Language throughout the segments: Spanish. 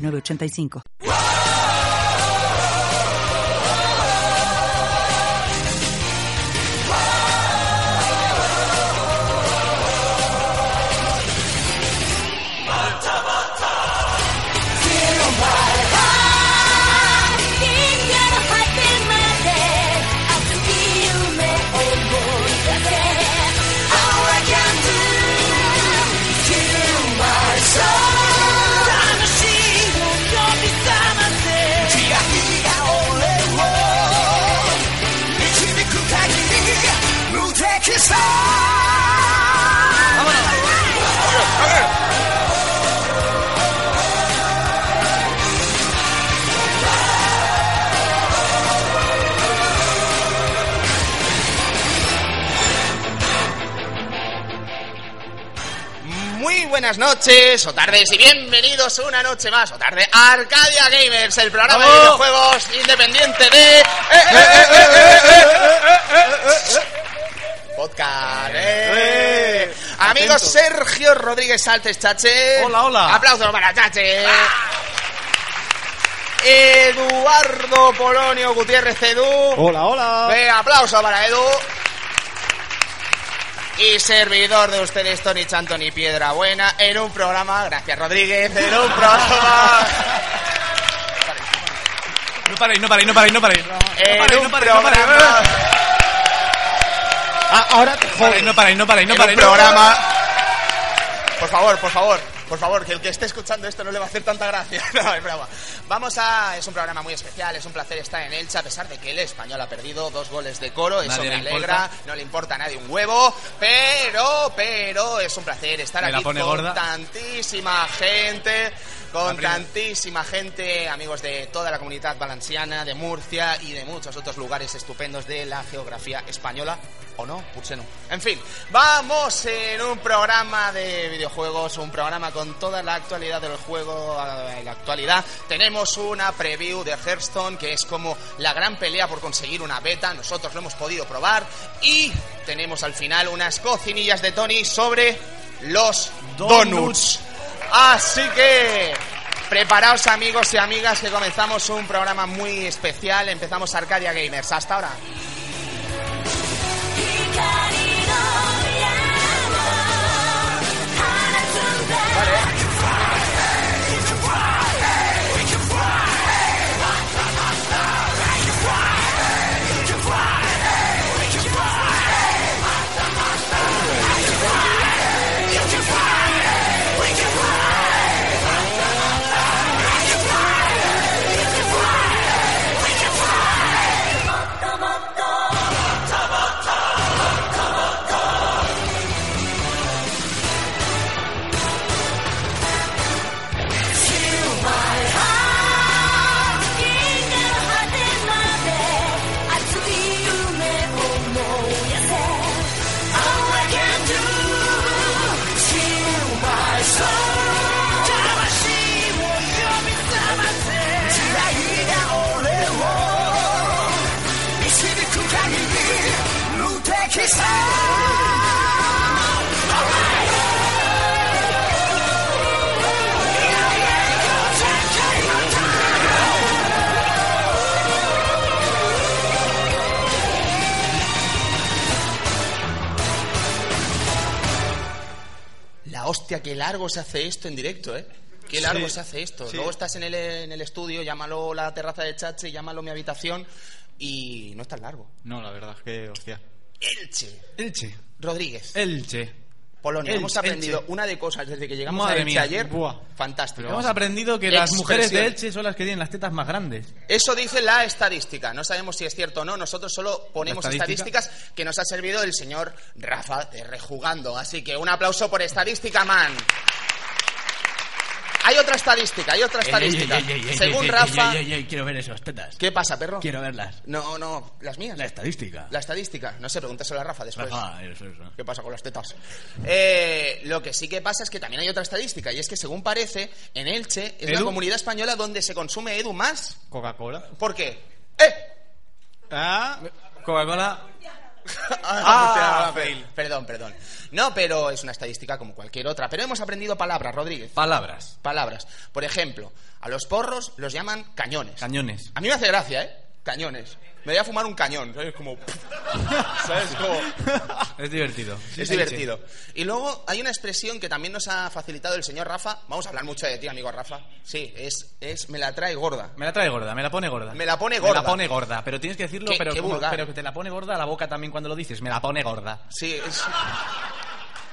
985. buenas noches o tardes y bienvenidos una noche más o tarde a Arcadia Gamers, el programa ¡Oh! de videojuegos independiente de... eh, eh, Podcast. Eh, Amigo Sergio Rodríguez Saltes Chache. Hola, hola. Ah. Aplausos para Chache. Eduardo Polonio Gutiérrez Edu. Hola, hola. aplauso para Edu y servidor de ustedes, Tony Chantoni Piedra Buena, en un programa, gracias Rodríguez, en un programa. No paréis, no paréis, no paréis, no paréis. No Eh, En paréis, un no paréis, no paréis. programa. Ah, Ahora te jodes. No paréis, no paréis, no en un paréis. programa. Por favor, por favor, por favor, que el que esté escuchando esto no le va a hacer tanta gracia. No, es broma. Vamos a. Es un programa muy especial, es un placer estar en Elche, a pesar de que el español ha perdido dos goles de coro, eso Nadie me le alegra, importa. no le importa a nadie un huevo, pero, pero, es un placer estar Me la aquí con pone gorda. tantísima gente. Con La prim- tantísima gente, amigos de toda la comunidad valenciana, de Murcia y de muchos otros lugares estupendos de la geografía española, o no, puse no. En fin, vamos en un programa de videojuegos, un programa con toda la actualidad del juego eh, en la actualidad. Tenemos una preview de Hearthstone, que es como la gran pelea por conseguir una beta, nosotros lo hemos podido probar, y tenemos al final unas cocinillas de Tony sobre los donuts. Donuts. Así que preparaos amigos y amigas que comenzamos un programa muy especial. Empezamos Arcadia Gamers. Hasta ahora. La hostia, qué largo se hace esto en directo, ¿eh? Qué largo Sí, se hace esto. sí. Luego estás en el, en el estudio, llámalo la terraza de Chache, llámalo mi habitación y no es tan largo. No, la verdad es que, hostia. Elche. Elche. Rodríguez. Elche. Polonia. Hemos Elche, aprendido Elche. una de cosas desde que llegamos Madre a Elche mía, ayer. buah. Fantástico. Hemos aprendido que las mujeres de Expresión. Elche son las que tienen las tetas más grandes. Eso dice la estadística. No sabemos si es cierto o no. Nosotros solo ponemos ¿La estadística? estadísticas que nos ha servido el señor Rafa de Rejugando. Así que un aplauso por Estadística Man. Hay otra estadística, hay otra Ey, estadística. ey, ey, ey, ey, Según ey, ey, Rafa. ey, ey, ey, quiero ver esos tetas. ¿Qué pasa, perro? Quiero verlas. No, no, las mías. La estadística. La estadística. No sé, pregúntaselo a Rafa después. Rafa, eso, eso. ¿Qué pasa con las tetas? Eh, lo que sí que pasa es que también hay otra estadística, y es que según parece, en Elche es la ¿Edu? comunidad española donde se consume Edu más. Coca-Cola. ¿Por qué? ¡Eh! Ah, Coca-Cola. Ah, fail. per- Perdón, perdón. No, pero es una estadística como cualquier otra. Pero hemos aprendido palabras, Rodríguez. Palabras. Palabras. Por ejemplo, a los porros los llaman cañones. Cañones. A mí me hace gracia, ¿eh? Cañones. Me voy a fumar un cañón, ¿sabes? Como... ¿Sabes? Como... Es divertido. Es divertido. Y luego hay una expresión que también nos ha facilitado el señor Rafa. Vamos a hablar mucho de ti, amigo Rafa. Sí, es, es me la trae gorda. Me la trae gorda, me la pone gorda. Me la pone gorda. Me la pone gorda, pero tienes que decirlo, Qué- pero, qué como- vulgar. pero que te la pone gorda a la boca también cuando lo dices. Me la pone gorda. Sí, es...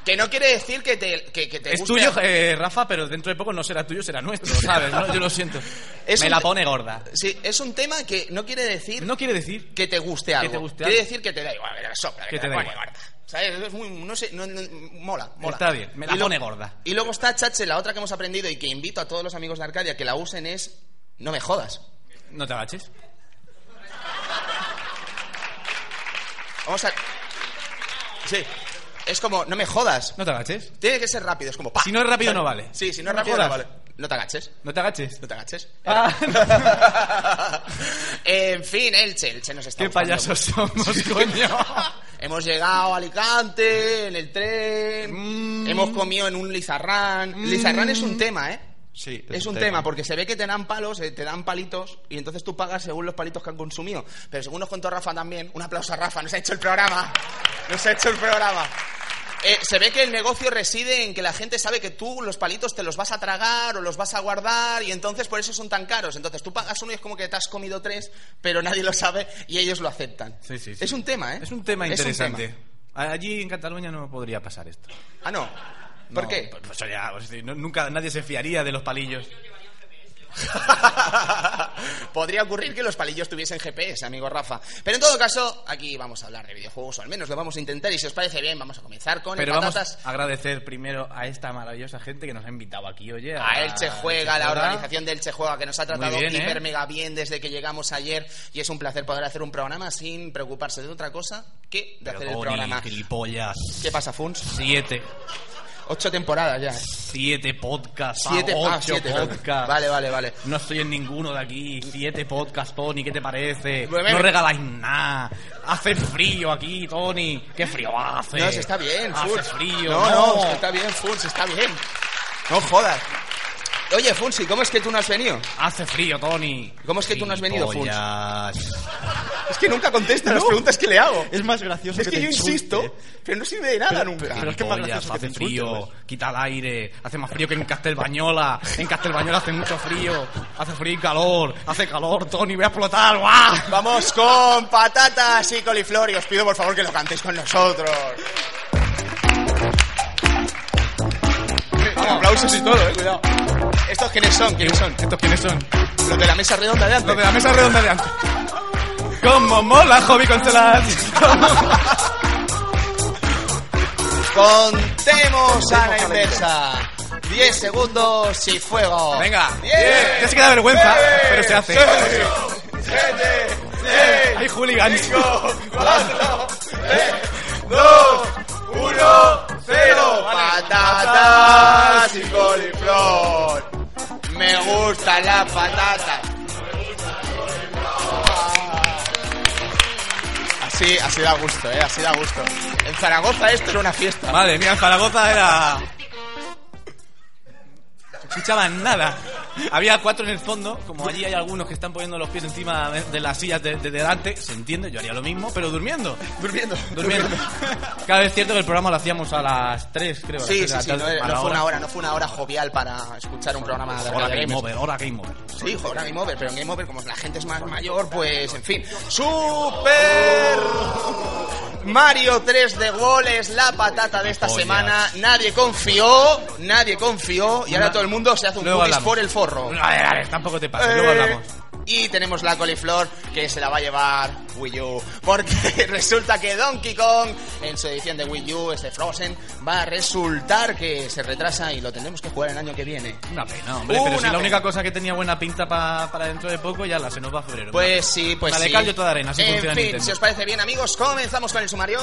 Que no quiere decir que te, que, que te Es guste- tuyo, eh, Rafa, pero dentro de poco no será tuyo, será nuestro, ¿sabes? No, Yo lo siento. Es me un- la pone gorda. Sí, es un tema que no quiere decir No quiere decir que te guste algo. te guste quiere algo. decir que te da igual, que te la sopla, que, Que te, te la da pone igual. gorda. ¿Sabes? Es muy- no sé, no- no- mola, mola. Está bien, me la Y lo- pone gorda. Y luego está Chache, la otra que hemos aprendido y que invito a todos los amigos de Arcadia que la usen es no me jodas. No te agaches. Vamos a. Sí. Es como, no me jodas. No te agaches. Tiene que ser rápido, es como. ¡pa! Si no es rápido, ¿Sabes? no vale. Sí, si no, No es me rápido, no jodas. vale. No te agaches. No te agaches. No te agaches. Ah, en fin, Elche. Elche nos está Qué gustando. payasos somos, coño. Hemos llegado a Alicante, en el tren. Mm. Hemos comido en un lizarrán. Lizarrán es un tema, ¿eh? Sí, Es un tema, porque se ve que te dan palos, eh, te dan palitos, y entonces tú pagas según los palitos que han consumido. Pero según nos contó Rafa también, un aplauso a Rafa, nos ha hecho el programa. Nos ha hecho el programa. Eh, se ve que el negocio reside en que la gente sabe que tú los palitos te los vas a tragar o los vas a guardar y entonces por eso son tan caros. Entonces tú pagas uno y es como que te has comido tres, pero nadie lo sabe y ellos lo aceptan. Sí, sí, sí. Es un tema, ¿eh? Es un tema Es un interesante. tema. Allí en Cataluña no podría pasar esto. Ah, no. ¿Por No, qué? pues- pues sería- pues, sí, no- nunca nadie se fiaría de los palillos. Podría ocurrir que los palillos tuviesen GPS, amigo Rafa. Pero en todo caso, aquí vamos a hablar de videojuegos, o al menos lo vamos a intentar, y si os parece bien, vamos a comenzar con Pero el vamos patatas. a agradecer primero a esta maravillosa gente que nos ha invitado aquí, oye. Este A Elche Juega, la Elche Juega. organización de Elche Juega, que nos ha tratado bien, ¿eh? hiper mega bien desde que llegamos ayer, y es un placer poder hacer un programa sin preocuparse de otra cosa que de Pero hacer el Tony, programa. gilipollas. ¿Qué pasa, Funs? Siete. Ocho temporadas ya. ¿eh? Siete podcasts. ah, Siete, ah, ocho siete, perdón. podcasts. Vale, vale, vale. No estoy en ninguno de aquí. Siete podcasts, Tony, ¿qué te parece? Nueve- No regaláis nada. Hace frío aquí, Tony. Qué frío hace. No, se está bien, Este, Hace Funs. frío. No, no. no, se está bien, Funs, está bien. No jodas. Oye, Funsi, ¿cómo es que tú no has venido? Hace frío, Tony. ¿Cómo es que tú no has venido, Funs? Gilipollas. Es que nunca contesta las preguntas que le hago. Es más gracioso Es que te yo insulte. insisto, pero no sirve de nada nunca. pero- es que es más gracioso hace que te insulte, frío, quita el aire, hace más frío que en Castelbañola, en Castelbañola hace mucho frío, hace frío y calor, hace calor, Tony, voy a explotar, ¡guau! Vamos con patatas y coliflor y os pido por favor que lo cantéis con nosotros. Vamos, aplausos y todo, eh, cuidado. ¿Estos quiénes son? ¿Quiénes son? ¿Estos quiénes son? Los de la mesa redonda de antes. Los de la mesa redonda de antes. ¡Cómo mola, Hobby Constelas! Contemos a la inversa. 10 segundos y fuego. Venga, 10, ya se queda vergüenza, pero se hace. 7, Hay hooligans. 4, 3, 2, 1, 0. Patatas y coliflor. Me gustan las patatas. Así, así da gusto, eh, así da gusto. En Zaragoza esto era una fiesta. Madre mía, en Zaragoza era... No escuchaban nada. Había cuatro en el fondo, como allí hay algunos que están poniendo los pies encima de, de las sillas de, de delante, se entiende, yo haría lo mismo, pero durmiendo. Durmiendo. Durmiendo. Cada vez cierto que el programa lo hacíamos a las 3, creo. a las Sí, tres de sí, la sí, tarde, no, era- a la no fue una hora, no fue una hora jovial para escuchar un programa de Hora Radio Game Games. Over, hora Game Over. Sí, hijo, ahora Game Over, pero en Game Over, como la gente es más mayor, pues, en fin. ¡Super! Mario 3 de Wall es la patata de esta Pollas. semana. Nadie confió, nadie confió, y ahora todo el mundo se hace un Luego putis hablamos. por el forro. A ver, a ver, tampoco te pases, luego Oh. Eh, hablamos. Y tenemos la coliflor que se la va a llevar Wii U. Porque resulta que Donkey Kong, en su edición de Wii U, este Frozen, va a resultar que se retrasa y lo tendremos que jugar el año que viene. Una pena, hombre. Una pero si la única pena. cosa que tenía buena pinta pa- para dentro de poco, ya la se nos va a febrero. Pues sí, pues Dale, sí. callo toda arena, así en funciona fin, Nintendo. si os parece bien, amigos, comenzamos con el sumario.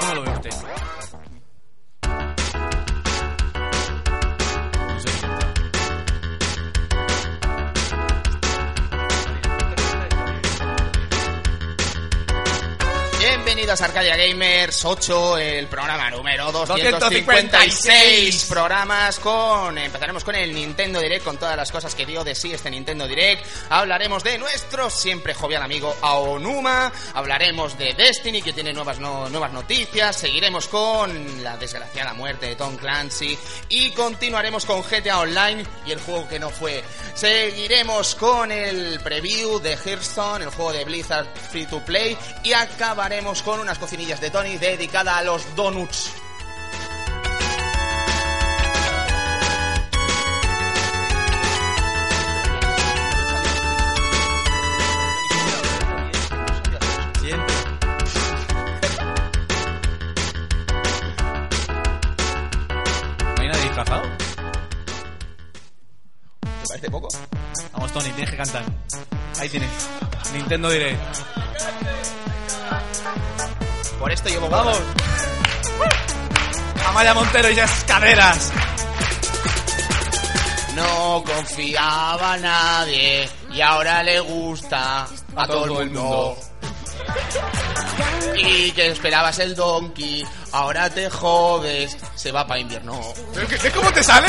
¿Cómo lo ve usted? No sé. Bienvenidos a Arcadia Gamers 8, el programa número 256 256. programas con... Empezaremos con el Nintendo Direct, con todas las cosas que dio de sí este Nintendo Direct. Hablaremos de nuestro siempre jovial amigo Aonuma. Hablaremos de Destiny, que tiene nuevas, no- nuevas noticias. Seguiremos con la desgraciada muerte de Tom Clancy. Y continuaremos con GTA Online y el juego que no fue. Seguiremos con el preview de Hearthstone, el juego de Blizzard Free to Play. Y acabaremos con unas cocinillas de Tony dedicada a los donuts. Siempre. ¿No hay nadie disfrazado? ¿Te parece poco? Vamos, Tony, tienes que cantar. Ahí tienes. Nintendo Direct. Por esto llevo gorra. ¡Vamos! Amaya Montero y esas caderas. No confiaba a nadie y ahora le gusta a, todo, el mundo. Y que esperabas el donkey, ahora te jodes, se va para invierno. ¿Ves cómo te sale?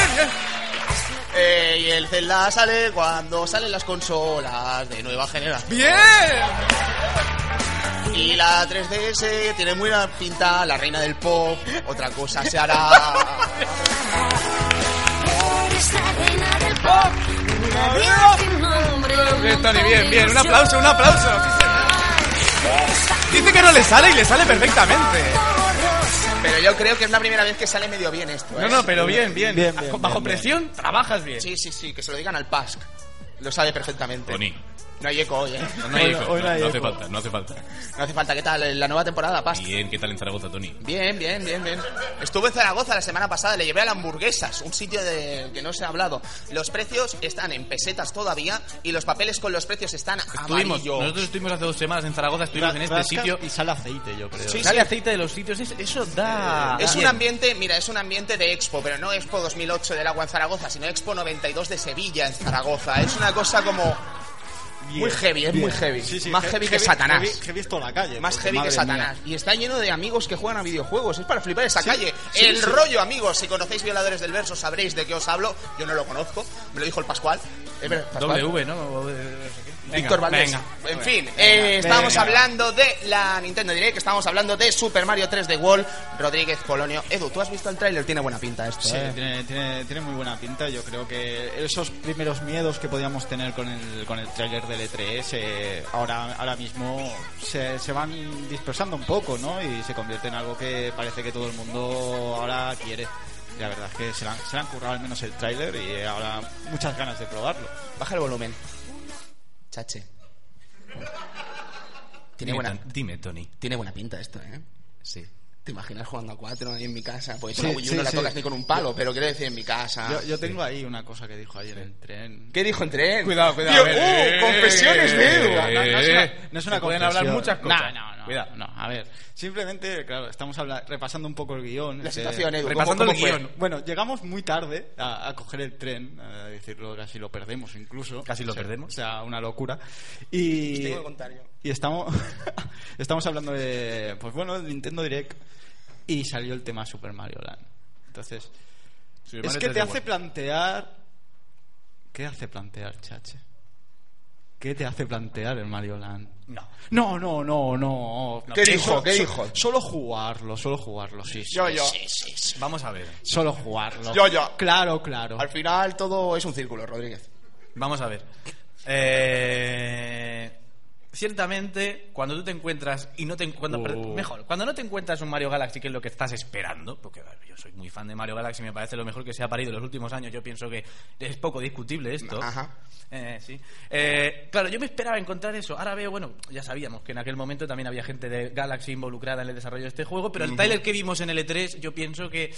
Eh, y el Zelda sale cuando salen las consolas de nueva generación. ¡Bien! Y la 3DS tiene muy buena pinta, la reina del pop, otra cosa se hará. Eres la reina del pop. ¡Adiós! Sin nombre, un Bien, Tony, montón bien, de bien. Un ilusión. aplauso, un aplauso. Dice que no le sale y le sale perfectamente. Pero yo creo que es la primera vez que sale medio bien esto. ¿eh? No, no, pero bien, bien. Bien, bien, Bajo- bien, Bajo bien. presión, trabajas bien. Sí, sí, sí, que se lo digan al PASC. Lo sabe perfectamente. Tony. No hay eco hoy, ¿eh? No, hay Hoy no- eco, hoy no no, hay no hace eco. falta, no hace falta. No hace falta, ¿qué tal? Eh, La nueva temporada, PASC. Bien, ¿qué tal en Zaragoza, Tony? Bien, bien, bien, bien. Estuve en Zaragoza la semana pasada, le llevé a las hamburguesas, un sitio de... que no se ha hablado. Los precios están en pesetas todavía y los papeles con los precios están Estuvimos, amarillos. nosotros estuvimos hace dos semanas en Zaragoza, estuvimos en este Rascas sitio. Y sale aceite, yo creo. Sí, Eh, Sale aceite de los sitios, es- eso da... Es un Bien. ambiente, mira, es un ambiente de Expo, pero no Expo 2008 del agua en Zaragoza, sino Expo 92 de Sevilla en Zaragoza. Es una cosa como muy heavy, es muy heavy. Sí, sí, Más he- heavy, que Satanás. Heavy, heavy es toda la calle. Más porque heavy que Pues madre Satanás. mía. Y está lleno de amigos que juegan a videojuegos. Es para flipar esa Sí, calle. sí, el sí. rollo, amigos. Si conocéis Violadores del Verso, sabréis de qué os hablo. Yo no lo conozco. Me lo dijo el Pascual. Es verdad, Pascual. W, ¿no? O de- no sé qué. Venga, Víctor Valdés. venga. En fin, eh, estábamos venga. hablando de la Nintendo Direct, estábamos hablando de Super Mario 3 de Wall, Rodríguez Polonio. Edu, ¿tú has visto el tráiler? Tiene buena pinta esto, Sí, eh. tiene, tiene, tiene muy buena pinta. Yo creo que esos primeros miedos que podíamos tener con el, con el tráiler del E3 eh, ahora, ahora mismo se, se van dispersando un poco, ¿no? Y se convierte en algo que parece que todo el mundo ahora quiere. La verdad es que se le han, se le han currado al menos el tráiler y eh, ahora muchas ganas de probarlo. Baja el volumen. Chache. Tiene Dime, buena, Ton- Dime, Tony. tiene buena pinta esto, eh. Sí. ¿Te imaginas jugando a cuatro ahí en mi casa? Pues Sí, no, yo sí, no la sí. tocas ni con un palo, pero quiero decir en mi casa. Yo, yo tengo ahí una cosa que dijo ayer el tren. ¿Qué dijo entre él? Cuidado, cuidado, Tío, a ver. ¡uh! Eh, confesiones de Edu. eh, No, no es Eh, una, no es una se pueden hablar confesión. muchas cosas. No, no, no. Cuidado. No, a ver. Simplemente, claro, estamos habla- repasando un poco el guión. La Eh, situación, Edu. ¿cómo- Repasando cómo el fue? guión. Bueno, llegamos muy tarde a, a coger el tren, a decirlo, casi lo perdemos incluso. Casi lo O sea, perdemos. O sea, una locura. Y, tengo que contar yo. y estamos, estamos hablando de, pues bueno, de Nintendo Direct y salió el tema Super Mario Land. Entonces, Super es Mario que 3D te hace World. plantear... ¿Qué hace plantear, chache? ¿Qué te hace plantear el Mario Land? No. No, no, no, no. ¿Qué Eso- dijo? ¿Qué so- dijo? Solo jugarlo, solo jugarlo, sí, sí. Yo, yo. Vamos a ver. Solo jugarlo. Yo, yo. Claro, claro. Al final todo es un círculo, Rodríguez. Vamos a ver. Eh, ciertamente, cuando tú te encuentras y no te encuentras... Uh. perdón, Mejor, cuando no te encuentras un Mario Galaxy, que es lo que estás esperando, porque bueno, yo soy muy fan de Mario Galaxy, me parece lo mejor que se ha parido en los últimos años, yo pienso que es poco discutible esto. Ajá. Eh, sí. Eh, claro, yo me esperaba encontrar eso. Ahora veo, bueno, ya sabíamos que en aquel momento también había gente de Galaxy involucrada en el desarrollo de este juego, pero el trailer que vimos en el E3 yo pienso que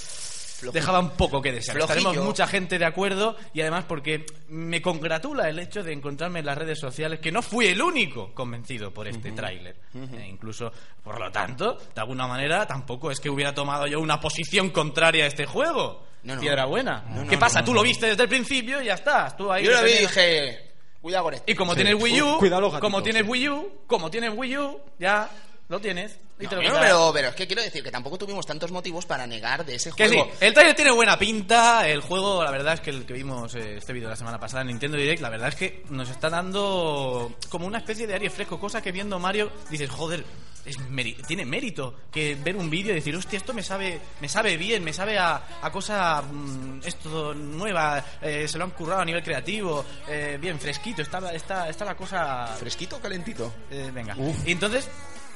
dejaba un poco que desear. Flojillo. Estaremos mucha gente de acuerdo y además porque me congratula el hecho de encontrarme en las redes sociales que no fui el único convencido por este tráiler. Eh, incluso, por lo tanto, de alguna manera tampoco es que hubiera tomado yo una posición contraria a este juego. No, no. Piedra buena. No, no, ¿Qué pasa? no, Tú lo viste desde el principio y ya estás. Tú ahí Yo lo vi y tenías- dije, cuidado con esto. y como tienes Wii U, Cu- cuidado los como gatitos, tienes sí. Wii U, como tienes Wii U, ya lo tienes. Y te lo No, quitas. pero, pero es que quiero decir que tampoco tuvimos tantos motivos para negar de ese Que sí, juego. el trailer tiene buena pinta, el juego, la verdad es que el que vimos eh, este vídeo la semana pasada en Nintendo Direct, la verdad es que nos está dando como una especie de aire fresco, cosa que viendo Mario dices, joder, es meri- tiene mérito que ver un vídeo y decir, hostia, esto me sabe, me sabe bien, me sabe a, a cosa mm, esto nueva, eh, se lo han currado a nivel creativo, eh, bien fresquito, está, está, está la cosa ¿Fresquito o calentito? Eh, venga. Y entonces,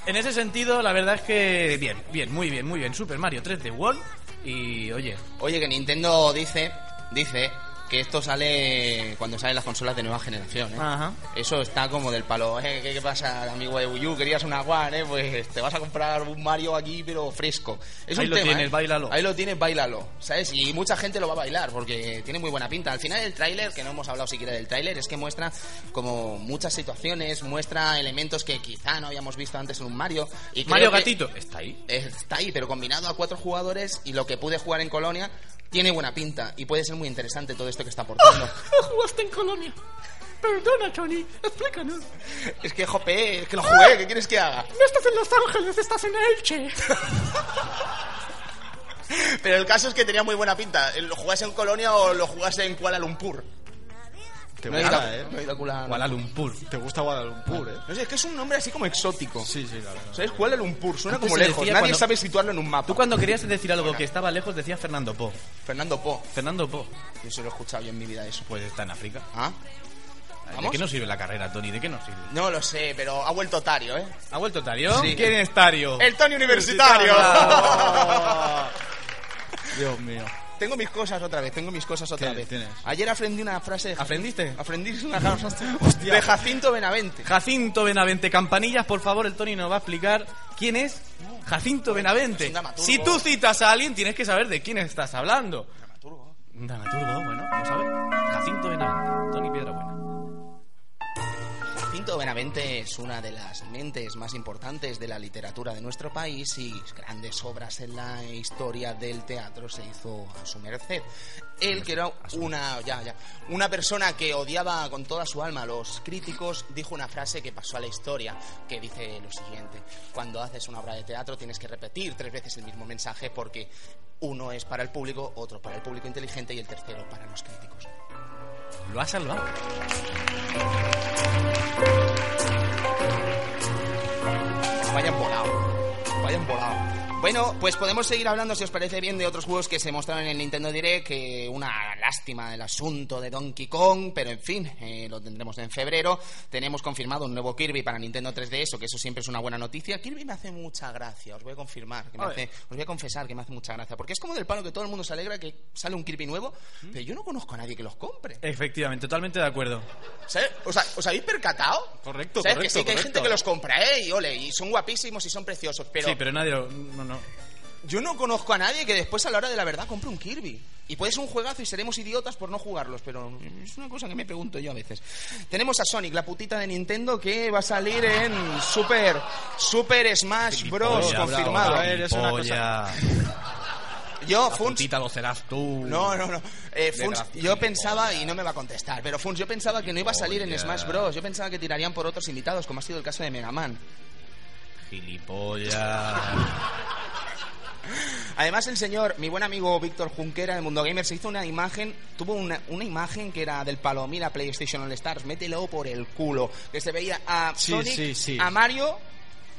en ese sentido, la verdad es que bien, bien, muy bien, muy bien. Super Mario 3D World y oye, Oye, que Nintendo dice, dice que esto sale cuando salen las consolas de nueva generación, ¿eh? Ajá. Eso está como del palo, ¿eh? ¿Qué, qué pasa, amigo de Wii U? ¿Querías una One, eh? Pues te vas a comprar un Mario aquí, pero fresco. Es Ahí un lo tema, tienes, ¿eh? báilalo. Ahí lo tienes, bailalo, ¿sabes? Y mucha gente lo va a bailar porque tiene muy buena pinta. Al final del tráiler, que no hemos hablado siquiera del tráiler, es que muestra como muchas situaciones, muestra elementos que quizá no habíamos visto antes en un Mario. Y creo Mario que- Gatito está ahí. está ahí, pero combinado a cuatro jugadores y lo que pude jugar en Colonia tiene buena pinta y puede ser muy interesante todo esto que está aportando. jugaste en Colonia. Perdona, Tony, explícanos. es que jope, es que lo jugué, ¿qué quieres que haga? No estás en Los Ángeles, estás en Elche. Pero el caso es que tenía muy buena pinta. ¿Lo jugase en Colonia o lo jugase en Kuala Lumpur? Te No he ido, gusta, a- ¿eh? no he ido a Kuala Kuala Lumpur. Te gusta Kuala Lumpur, ¿eh? No sé, es que es un nombre así como exótico. Sí, sí, la verdad. ¿Sabes? Kuala Lumpur, suena Antes como se lejos. decía Nadie cuando- sabe situarlo en un mapa. Tú cuando querías decir algo que estaba lejos decías Fernando Po. Fernando Po. Fernando Po. Yo se lo he escuchado yo en mi vida eso. Pues está en África. ¿Ah? ¿De ¿Vamos? qué nos sirve la carrera, Tony? ¿De qué nos sirve? No lo sé, pero ha vuelto Tario, ¿eh? ¿Ha vuelto Tario? Sí. ¿Quién es Tario? ¡El Tony Universitario! Dios mío. Tengo mis cosas otra vez, tengo mis cosas otra vez. Tienes, tienes. Ayer aprendí una frase de Ja- ¿Aprendiste? aprendí una frase de Jacinto Benavente. Jacinto Benavente, campanillas, por favor, el Tony nos va a explicar quién es Jacinto Es Benavente. un dramaturgo. Si tú citas a alguien, tienes que saber de quién estás hablando. Un dramaturgo, bueno, vamos a ver. Jacinto Benavente, Tony Piedrabuena. Jacinto Benavente es una de las mentes más importantes de la literatura de nuestro país y grandes obras en la historia del teatro se hizo a su merced. Él, que era una, ya, ya, una persona que odiaba con toda su alma a los críticos, dijo una frase que pasó a la historia, que dice lo siguiente, cuando haces una obra de teatro tienes que repetir tres veces el mismo mensaje porque uno es para el público, otro para el público inteligente y el tercero para los críticos. Lo ha salvado. Vayan volado. Vayan volado. Bueno, pues podemos seguir hablando, si os parece bien, de otros juegos que se mostraron en el Nintendo Direct. Que una lástima el asunto de Donkey Kong, pero en fin, eh, lo tendremos en febrero. Tenemos confirmado un nuevo Kirby para Nintendo 3DS, que eso siempre es una buena noticia. Kirby me hace mucha gracia, os voy a confirmar, que me A ver. hace- os voy a confesar que me hace mucha gracia, porque es como del palo que todo el mundo se alegra que sale un Kirby nuevo, pero yo no conozco a nadie que los compre. Efectivamente, totalmente de acuerdo. ¿Sabes? ¿Os, ha- os habéis percatado? Correcto, ¿Sabes? que correcto, sí, que hay gente correcto. que los compra, ¿eh? Y ole, y son guapísimos y son preciosos, pero... Sí, pero nadie lo... No, no. Yo no conozco a nadie que después a la hora de la verdad compre un Kirby. Y puede ser un juegazo y seremos idiotas por no jugarlos, pero es una cosa que me pregunto yo a veces. Tenemos a Sonic, la putita de Nintendo, que va a salir en Super, Super Smash Bros. Gilipollas, confirmado. bravo, a ver, es una Polla. Yo, Funs, Putita lo serás tú. no, no, no. Eh, Funs, Desgracia. yo pensaba, y no me va a contestar, pero Funs, yo pensaba que no iba a salir en Oye. Smash Bros. Yo pensaba que tirarían por otros invitados, como ha sido el caso de Mega Man. Gilipollas. Además, el señor, mi buen amigo Víctor Junquera de Mundo Gamer, se hizo una imagen, tuvo una, una imagen que era del palo, mira PlayStation All Stars, mételo por el culo, que se veía a Sí, Sonic, sí, sí. a Mario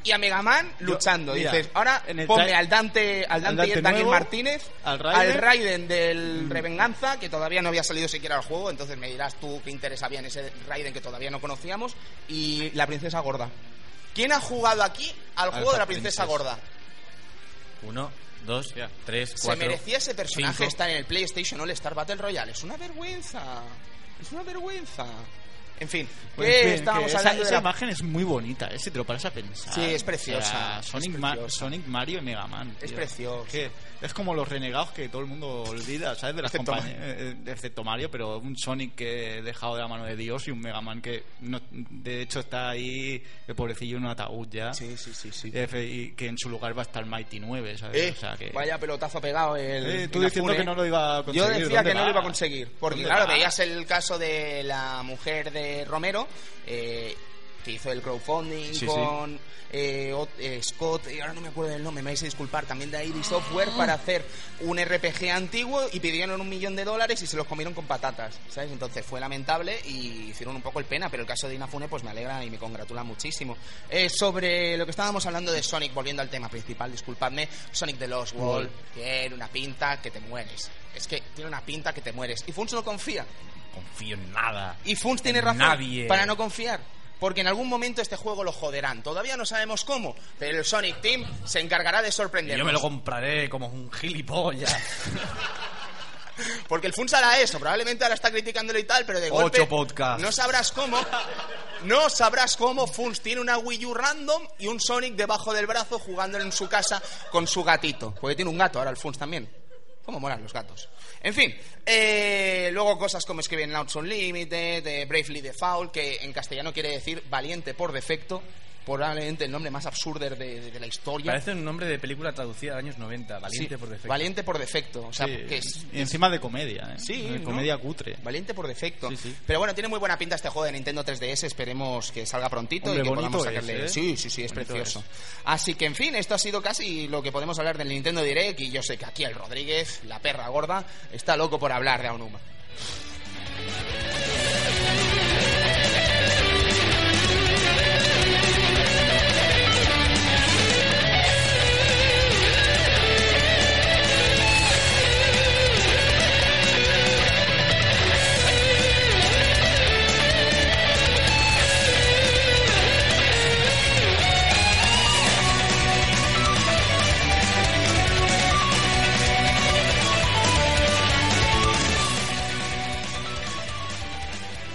y a Mega Man luchando. mira, Dices, ahora en el ponme trai- al Dante, al Dante, Dante Daniel nuevo, Martínez, al Raiden. Mm. Raiden del Revenganza, que todavía no había salido siquiera al juego, entonces me dirás tú qué interés había en ese Raiden que todavía no conocíamos, y la princesa gorda. ¿Quién ha jugado aquí al juego de la princesa princesa. gorda? Uno, dos, Hostia. tres, Se cuatro. merecía ese personaje cinco. estar en el PlayStation All Star Battle Royale. Es una vergüenza. Es una vergüenza. En fin, Pues ¿qué bien, estábamos que esa, hablando de esa la- imagen es muy bonita, ¿eh? si te lo paras a pensar. Sí, es preciosa, es Sonic, Ma- preciosa. Sonic, Mario y Mega Man. Es tío. precioso. Que es como los renegados que todo el mundo olvida, ¿sabes? De las Excepto compañías. eh, eh, Excepto Mario, pero un Sonic que he dejado de la mano de Dios y un Mega Man que, no- de hecho, está ahí, el pobrecillo, en un ataúd ya. Sí, sí, sí, sí. F- y que en su lugar va a estar Mighty 9, ¿sabes? Eh, Eh, o sea que... Vaya pelotazo pegado el. Eh, tú el diciendo Afune. que no lo iba a conseguir. Yo decía ¿dónde que no lo va? iba a conseguir. Porque, ¿Dónde claro, va? veías el caso de la mujer de Romero, eh, que hizo el crowdfunding Sí, sí. con eh, o- eh, Scott, y ahora no me acuerdo del nombre, me vais a disculpar, también de ID Software, para hacer un RPG antiguo y pidieron un millón de dólares y se los comieron con patatas, ¿sabes? Entonces fue lamentable y hicieron un poco el pena, pero el caso de Inafune pues me alegra y me congratula muchísimo. Eh, sobre lo que estábamos hablando de Sonic, volviendo al tema principal, disculpadme, Sonic de Lost World tiene una pinta que te mueres. Es que tiene una pinta que te mueres. Y Funs no confía. Confío en nada. Y Funs tiene razón Nadie. para no confiar. Porque en algún momento este juego lo joderán. Todavía no sabemos cómo. Pero el Sonic Team se encargará de Y sorprendernos. Yo me lo compraré como un gilipollas. Porque el Funs hará eso. Probablemente ahora está criticándolo y tal, pero de Ocho golpe... podcasts. No sabrás cómo... No sabrás cómo Funs tiene una Wii U random y un Sonic debajo del brazo jugando en su casa con su gatito. Porque tiene un gato ahora el Funs también. ¿Cómo molan los gatos? En fin, eh, luego cosas como Scribblenauts Unlimited, eh, Bravely Default, que en castellano quiere decir valiente por defecto, probablemente el nombre más absurdo de, de- de la historia. Parece un nombre de película traducida de años 90. Sí, Valiente por defecto. Valiente por defecto, o sea, Sí, que es Y encima de comedia, ¿eh? Sí, De ¿no? comedia cutre. Valiente por defecto. Sí, sí. Pero bueno, tiene muy buena pinta este juego de Nintendo 3DS. Esperemos que salga prontito y Hombre, que bonito podamos es, sacarle. ¿eh? Sí, sí, sí, es Bonito precioso. Así que, en fin, esto ha sido casi lo que podemos hablar del Nintendo Direct. Y yo sé que aquí el Rodríguez, la perra gorda, está loco por hablar de Aonuma.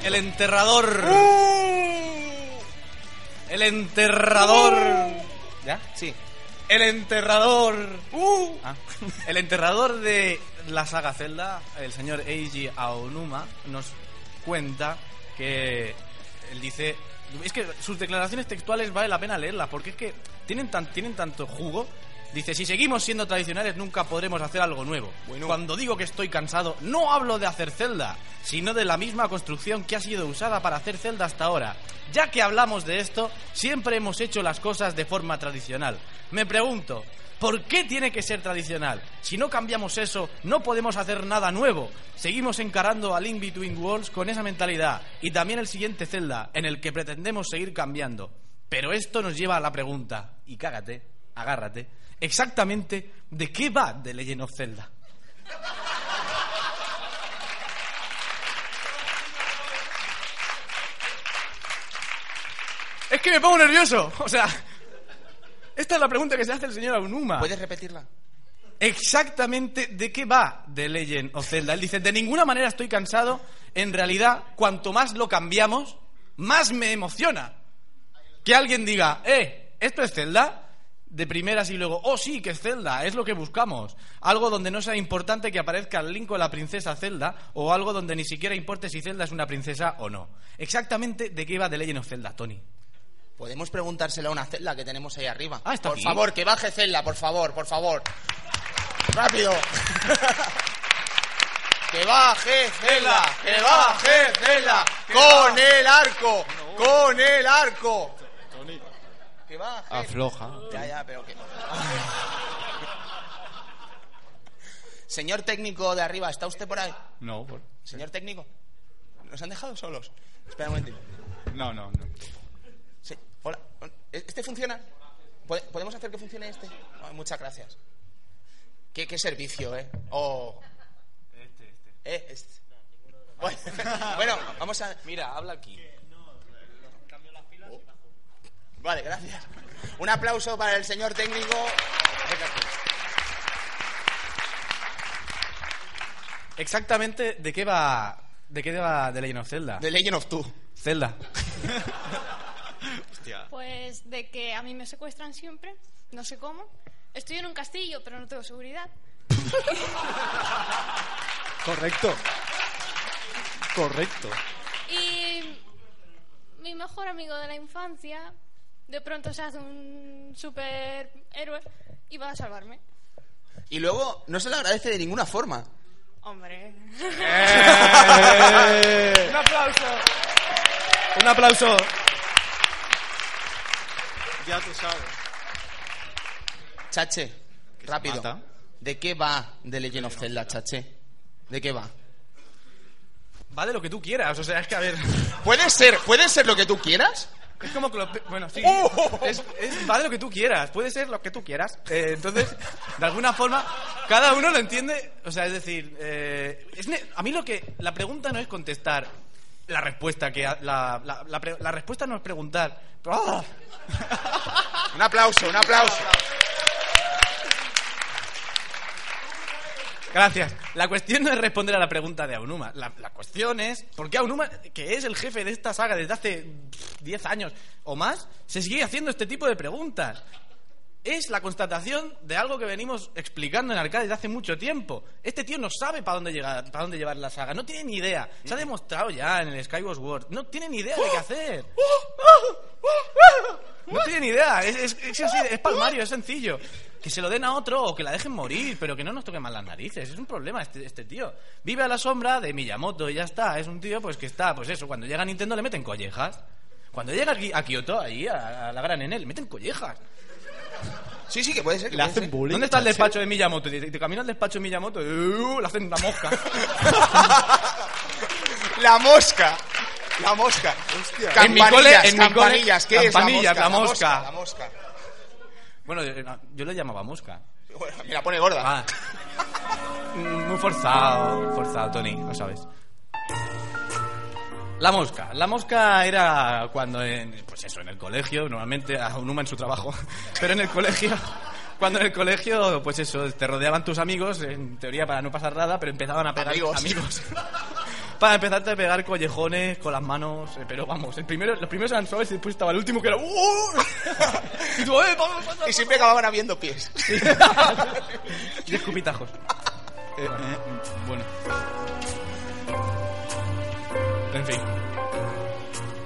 El enterrador. ¡Uh! El enterrador. ¿Ya? ¡Uh! Sí. El enterrador. Ah. El enterrador de la saga Zelda, el señor Eiji Aonuma, nos cuenta que él dice... Es que sus declaraciones textuales vale la pena leerlas, porque es que tienen, tan, tienen tanto jugo. Dice, si seguimos siendo tradicionales nunca podremos hacer algo nuevo. Bueno. Cuando digo que estoy cansado, no hablo de hacer Zelda, sino de la misma construcción que ha sido usada para hacer Zelda hasta ahora. Ya que hablamos de esto, siempre hemos hecho las cosas de forma tradicional. Me pregunto, ¿por qué tiene que ser tradicional? Si no cambiamos eso, no podemos hacer nada nuevo. Seguimos encarando a Link Between Worlds con esa mentalidad y también el siguiente Zelda, en el que pretendemos seguir cambiando. Pero esto nos lleva a la pregunta, y cágate, agárrate, exactamente de qué va The Legend of Zelda. Es que me pongo nervioso. O sea, esta es la pregunta que se hace el señor Ah. Aunuma. ¿Puedes repetirla? Exactamente de qué va The Legend of Zelda. Él dice, de ninguna manera estoy cansado. En realidad, cuanto más lo cambiamos, más me emociona. Que alguien diga, eh, esto es Zelda. De primeras y luego, oh sí, que es Zelda, es lo que buscamos. Algo donde no sea importante que aparezca el link o la princesa Zelda, o algo donde ni siquiera importe si Zelda es una princesa o no. Exactamente de qué va The Legend of Zelda, Tony. Podemos preguntárselo a una celda que tenemos ahí arriba. Ah, está por aquí. favor, que baje celda, por favor, por favor. Rápido. que baje celda, que baje celda. Con el arco, con el arco. Que Ah. baje. Afloja. Ya, ya, pero que... Señor técnico de arriba, ¿está usted por ahí? No, por- Señor técnico, ¿nos han dejado solos? Espera un momentito. no, no. no. Sí, hola. hola. ¿Este funciona? ¿Pode- ¿Podemos hacer que funcione este? Ay, muchas gracias. Qué, qué servicio, ¿eh? Oh. Este, este. Eh, este. Bueno, bueno, vamos a... Mira, habla aquí. Vale, gracias. Un aplauso para el señor técnico. Exactamente, ¿de qué va de qué va The Legend of Zelda? The Legend of Two. Zelda. Pues de que a mí me secuestran siempre, no sé cómo. Estoy en un castillo, pero no tengo seguridad. Correcto. Correcto. Y mi mejor amigo de la infancia de pronto se hace un superhéroe y va a salvarme. Y luego no se le agradece de ninguna forma. Hombre. Un aplauso. Un aplauso. Ya tú sabes. Chache, rápido. mata. ¿De qué va The Legend of Zelda, Chache? ¿De qué va? Vale lo que tú quieras, o sea, es que a ver, ¿Puede ser, puede ser lo que tú quieras? es como que lo pe- bueno, sí. ¡Oh! Es, es- vale lo que tú quieras, puede ser lo que tú quieras. Eh, entonces, de alguna forma cada uno lo entiende, o sea, es decir, eh, es ne- a mí lo que la pregunta no es contestar la respuesta que ha- la, la- la pre- la respuesta no es preguntar. ¡Ah! Un aplauso, un aplauso. Gracias. La cuestión no es responder a la pregunta de Aonuma. La, la cuestión es por qué Aonuma, que es el jefe de esta saga desde hace pff, 10 años o más, se sigue haciendo este tipo de preguntas. Es la constatación de algo que venimos explicando en Arcade desde hace mucho tiempo. Este tío no sabe para dónde llegar, para dónde llevar la saga. No tiene ni idea. Se ha demostrado ya en el Skyward Sword. No tiene ni idea de qué hacer. No tiene ni idea. Es, es, es así, es palmario, es sencillo. Que se lo den a otro o que la dejen morir, pero que no nos toquen más las narices. Es un problema este, este tío. Vive a la sombra de Miyamoto y ya está. Es un tío pues que está, pues eso, cuando llega a Nintendo le meten collejas. Cuando llega aquí- a Kioto, ahí, a, a la gran Enel, le meten collejas. Sí, sí, que puede ser. que Le puede hacen ser. bullying. ¿Dónde está el despacho de Miyamoto? Te, te camina el despacho de Miyamoto, ¡uh! le hacen una mosca. La mosca. La mosca. En mi Campanillas, cole- en mi cole- campanillas. ¿Qué campanillas, es la la mosca. mosca? La mosca. la bueno, yo, yo le llamaba mosca. mosca. Bueno, me la pone gorda. Ah. Mm, Muy forzado, forzado, Tony, lo sabes. La mosca. La mosca era cuando, en, pues eso, en el colegio, normalmente, a un en su trabajo, pero en el colegio, cuando en el colegio, pues eso, te rodeaban tus amigos, en teoría para no pasar nada, pero empezaban a pegar Amigos. Para empezarte a pegar collejones con las manos, eh, pero vamos, el primero, los primeros eran suaves y después estaba el último que era... "Uh". Y tú, "Eh, vamos, vamos, Y siempre acababan habiendo pies. y escupitajos. Eh, Eh, bueno. En fin.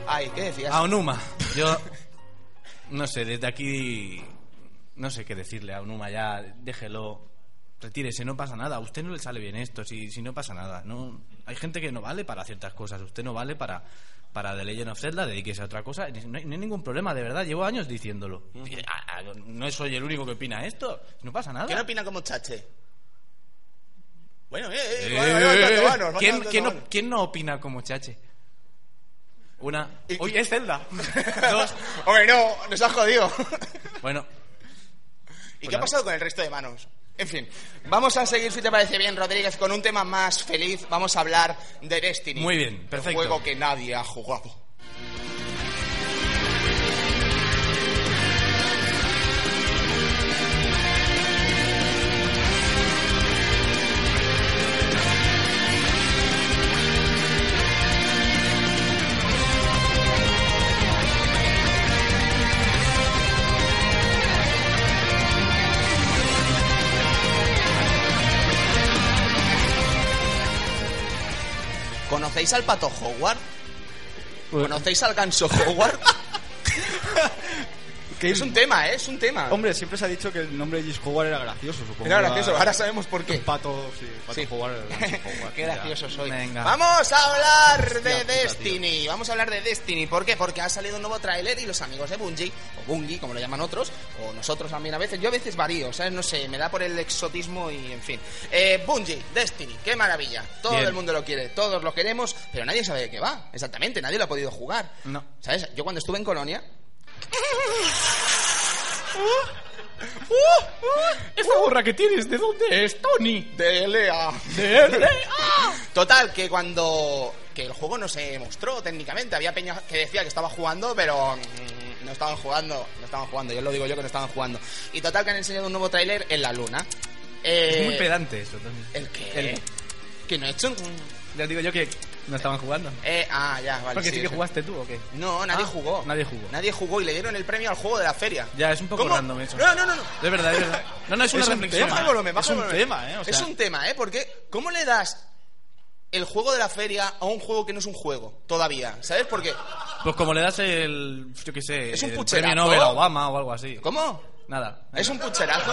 Ay, ¿qué decías? A Onuma. Yo. No sé, desde aquí. No sé qué decirle a Onuma ya. Déjelo. Retírese, no pasa nada. A usted no le sale bien esto, si, si no pasa nada. No, hay gente que no vale para ciertas cosas. Usted no vale para, para The Legend of Zelda, dedíquese a otra cosa. No hay, no hay ningún problema, de verdad. Llevo años diciéndolo. Y- a- a- no soy el único que opina esto. No pasa nada. ¿Qué no opina como chache? Bueno, eh, eh, Eh, bueno, bueno, eh, eh. bueno, bueno, ¿Quién, bueno, quién no, bueno. quién no opina como Chache? Una. Y- Oye, es Zelda. Dos. Hombre, no, nos has jodido. Bueno, Pues ¿Y qué ha pasado con el resto de manos? En fin, vamos a seguir, si te parece bien, Rodríguez, con un tema más feliz. Vamos a hablar de Destiny. Muy bien, perfecto. Un juego que nadie ha jugado. ¿Conocéis al pato Howard? ¿Conocéis al ganso Howard? Que- es un tema, ¿eh? Es un tema. Hombre, siempre se ha dicho que el nombre de Gish Howard era gracioso, supongo. Era gracioso, ahora sabemos por qué. Pato, sí, Pato Sí. Howard. era Howard, Qué ya. gracioso soy. Venga. Vamos a hablar de Hostia puta, Destiny. Vamos a hablar de Destiny. ¿Por qué? Porque ha salido un nuevo tráiler y los amigos de Bungie, o Bungie, como lo llaman otros, o nosotros también a veces, yo a veces varío, ¿sabes? No sé, me da por el exotismo y en fin. Eh, Bungie, Destiny, qué maravilla. Todo Bien. el mundo lo quiere, todos lo queremos, pero nadie sabe de qué va. Exactamente, nadie lo ha podido jugar. No. ¿Sabes? Yo cuando estuve en Colonia... ¿Esta gorra que tienes de dónde es, Tony? DLA. ¿De Total, que cuando. que el juego no se mostró técnicamente. Había peña que decía que estaba jugando, pero. mm, no estaban jugando. No estaban jugando, yo lo digo yo que no estaban jugando. Y total, que han enseñado un nuevo tráiler en la luna. Eh, Es muy pedante eso, Tony. ¿El qué? El- ¿Que no he hecho un.? Les digo yo que no estaban jugando. Eh, ah, ya, vale. Porque sí, que sí. jugaste tú, ¿o qué? No, nadie Ah, jugó. nadie jugó. Nadie jugó y le dieron el premio al juego de la feria. Ya, es un poco ¿Cómo? random eso. No, no, no. no. Es verdad, es verdad. No, no, es una Es un reflexión. Baja el volumen, baja Es un el volumen. tema, ¿eh? O sea- Es un tema, ¿eh? Porque, ¿cómo le das el juego de la feria a un juego que no es un juego todavía? ¿Sabes? Porque, Pues como le das el, yo qué sé, Es un el pucherazo. premio Nobel a Obama o algo así. ¿cómo? Nada. Es un pucherazo.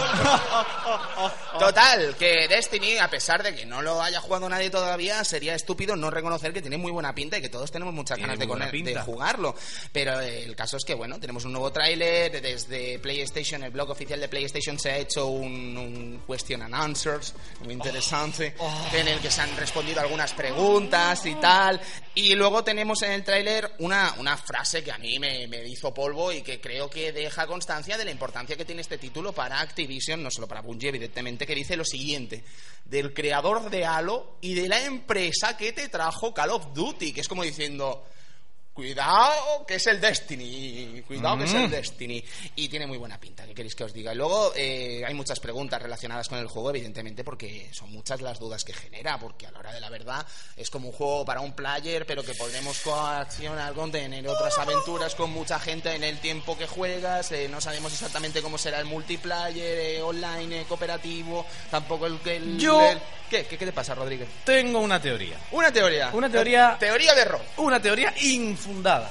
Total, que Destiny, a pesar de que no lo haya jugado nadie todavía, sería estúpido no reconocer que tiene muy buena pinta y que todos tenemos muchas Tiene ganas de, muy buena con- de pinta. jugarlo. Pero eh, el caso es que, bueno, tenemos un nuevo tráiler eh, desde PlayStation, el blog oficial de PlayStation se ha hecho un, un question and answers muy interesante, en el que se han respondido algunas preguntas y tal. Y luego tenemos en el tráiler una, una frase que a mí me, me hizo polvo y que creo que deja constancia de la importancia que tiene este título para Activision, no solo para Bungie, evidentemente, que dice lo siguiente, del creador de Halo y de la empresa que te trajo Call of Duty, que es como diciendo... Cuidado, que es el Destiny. Cuidado, que es el Destiny. Y tiene muy buena pinta, ¿qué queréis que os diga? Y luego eh, hay muchas preguntas relacionadas con el juego, evidentemente, porque son muchas las dudas que genera, porque a la hora de la verdad es como un juego para un player, pero que podremos coaccionar con tener otras aventuras con mucha gente en el tiempo que juegas. eh, no sabemos exactamente cómo será el multiplayer, eh, online, eh, cooperativo, tampoco el... el- Yo- el- ¿Qué? ¿Qué? ¿Qué te pasa, Rodríguez? Tengo una teoría. Una teoría. Una teoría- Teoría de Rob. Una teoría infundada.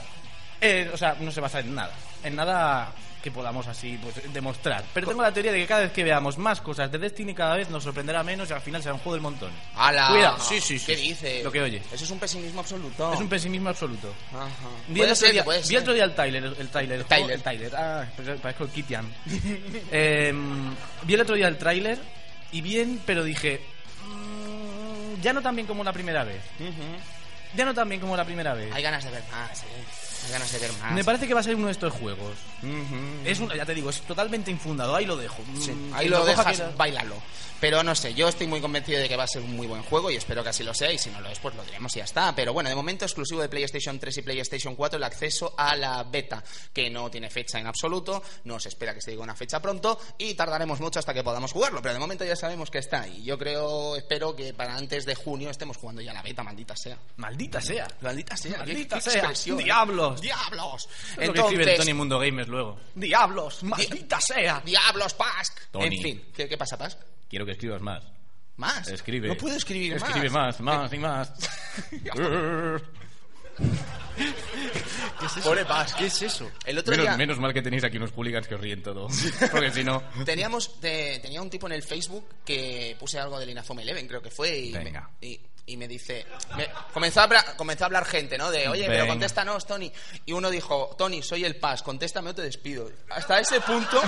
Eh, o sea, no se basa en nada. En nada que podamos así pues, demostrar. Pero tengo la teoría de que cada vez que veamos más cosas de Destiny, cada vez nos sorprenderá menos y al final será un juego del montón. ¡Hala! Cuidado. Sí, sí, sí. ¿Qué dices? Lo que oye. Eso es un pesimismo absoluto. Es un pesimismo absoluto. Ajá. Vi Oh. Puede el, otro ser, día, puede vi ser. otro día el Tyler, el Tyler, el juego- Tyler. el Tyler. Ah, pero parezco el Kitian. Em, vi el otro día el tráiler y bien, pero dije, mm, ya no tan bien como la primera vez. Ya no tan bien como la primera vez. Hay ganas de ver más, eh. Hay ganas de ver más. Me parece que va a ser uno de estos juegos. Ujú. Es un- ya te digo, es totalmente infundado. Ahí lo dejo. Mm, Sí, que Ahí lo coja dejas, quien- bailalo. Pero no sé, yo estoy muy convencido de que va a ser un muy buen juego y espero que así lo sea. Y si no lo es, pues lo diremos y ya está. Pero bueno, de momento exclusivo de PlayStation 3 y PlayStation 4 el acceso a la beta, que no tiene fecha en absoluto. No se espera que se diga una fecha pronto y tardaremos mucho hasta que podamos jugarlo. Pero de momento ya sabemos que está. Y yo creo, espero que para antes de junio estemos jugando ya la beta, maldita sea. Maldita sea. Maldita sea, Maldita qué- qué sea. expresión, ¿eh? Diablos. Diablos. Es lo que escribe el Entonces, Tony Mundo Gamers luego. Diablos, maldita sea. diablos, Pask. Tony. En fin, ¿qué, qué pasa, Pask? Quiero que escribas más. Más. Escribe. No puedo escribir Escribe más, más y más. Pobre Pask. ¿Qué es eso? El otro día menos, menos mal que tenéis aquí unos hooligans que os ríen todo. Porque si no. teníamos te- tenía un tipo en el Facebook que puse algo del Inafome Eleven, creo que fue. Y Venga. Me, y, y me dice. me- comenzó, a hablar, comenzó a hablar gente, ¿no? De, oye, pero Venga. contéstanos, Tony. Y uno dijo, Tony, soy el Pask, contéstame o te despido. Hasta ese punto.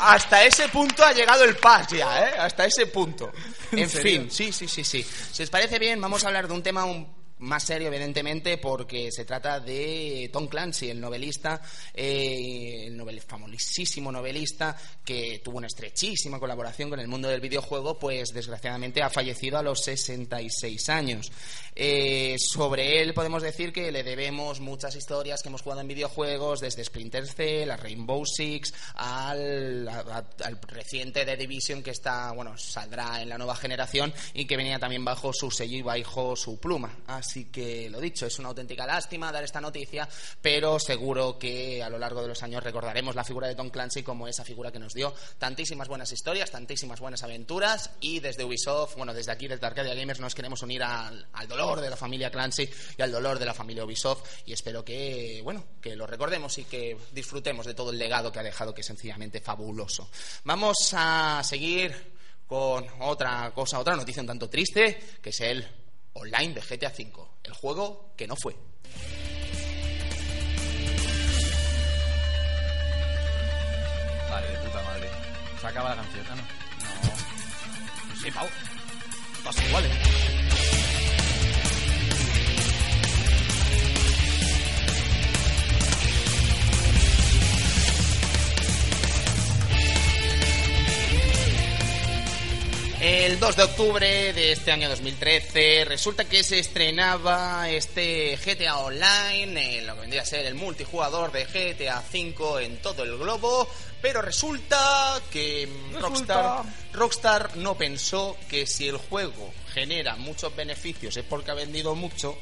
Hasta ese punto ha llegado el pas ya, ¿eh? Hasta ese punto. En fin, sí, sí, sí, sí. Si os parece bien, vamos a hablar de un tema un- más serio, evidentemente, porque se trata de Tom Clancy, el novelista, eh, el novel- famosísimo novelista que tuvo una estrechísima colaboración con el mundo del videojuego, pues desgraciadamente ha fallecido a los 66 años. Eh, sobre él podemos decir que le debemos muchas historias que hemos jugado en videojuegos, desde Splinter Cell a Rainbow Six, al, a- a- al reciente The Division que está, bueno, saldrá en la nueva generación y que venía también bajo su sello y bajo su pluma. Así que lo dicho, es una auténtica lástima dar esta noticia, pero seguro que a lo largo de los años recordaremos la figura de Tom Clancy como esa figura que nos dio tantísimas buenas historias, tantísimas buenas aventuras y desde Ubisoft, bueno, desde aquí, desde Arcadia Gamers, nos queremos unir al, al dolor de la familia Clancy y al dolor de la familia Ubisoft y espero que, bueno, que lo recordemos y que disfrutemos de todo el legado que ha dejado, que es sencillamente fabuloso. Vamos a seguir con otra cosa, otra noticia un tanto triste, que es el online de GTA V, el juego que no fue. Vale, de puta madre. Se acaba la canción. Ah, no. No. Sí, Pau. Pasa igual, eh. el 2 de octubre de este año 2013 resulta que se estrenaba este GTA Online, eh, lo que vendría a ser el multijugador de GTA V en todo el globo, pero resulta que mm, Rockstar, Rockstar no pensó que si el juego genera muchos beneficios es porque ha vendido mucho,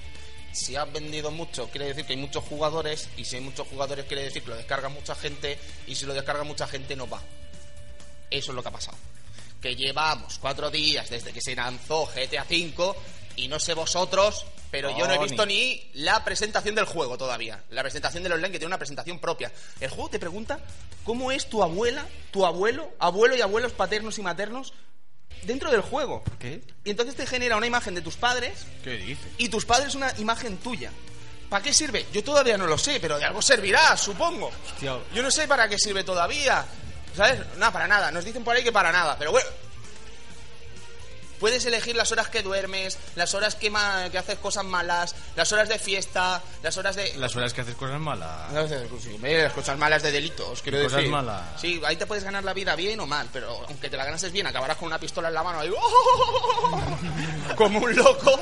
si has vendido mucho quiere decir que hay muchos jugadores y si hay muchos jugadores quiere decir que lo descarga mucha gente y si lo descarga mucha gente no va. Eso es lo que ha pasado. Que llevamos cuatro días desde que se lanzó GTA V y no sé vosotros, pero yo no he Tony. visto ni la presentación del juego todavía. La presentación del online que tiene una presentación propia. El juego te pregunta cómo es tu abuela, tu abuelo, abuelo y abuelos paternos y maternos dentro del juego. ¿Qué? Y entonces te genera una imagen de tus padres ¿Qué dices? y tus padres una imagen tuya. ¿Para qué sirve? Yo todavía no lo sé, pero de algo servirá, supongo. Hostia. Yo no sé para qué sirve todavía. ¿Sabes? Nada, para nada. Nos dicen por ahí que para nada, pero bueno. Puedes elegir las horas que duermes, las horas que, ma- que haces cosas malas, las horas de fiesta, las horas de... Las horas que haces cosas malas. No sé, sí, me- Las cosas malas de delitos, Pues quiero Cosas decir. malas. Sí, ahí te puedes ganar la vida bien o mal, pero aunque te la ganases bien, acabarás con una pistola en la mano ahí. Como un loco.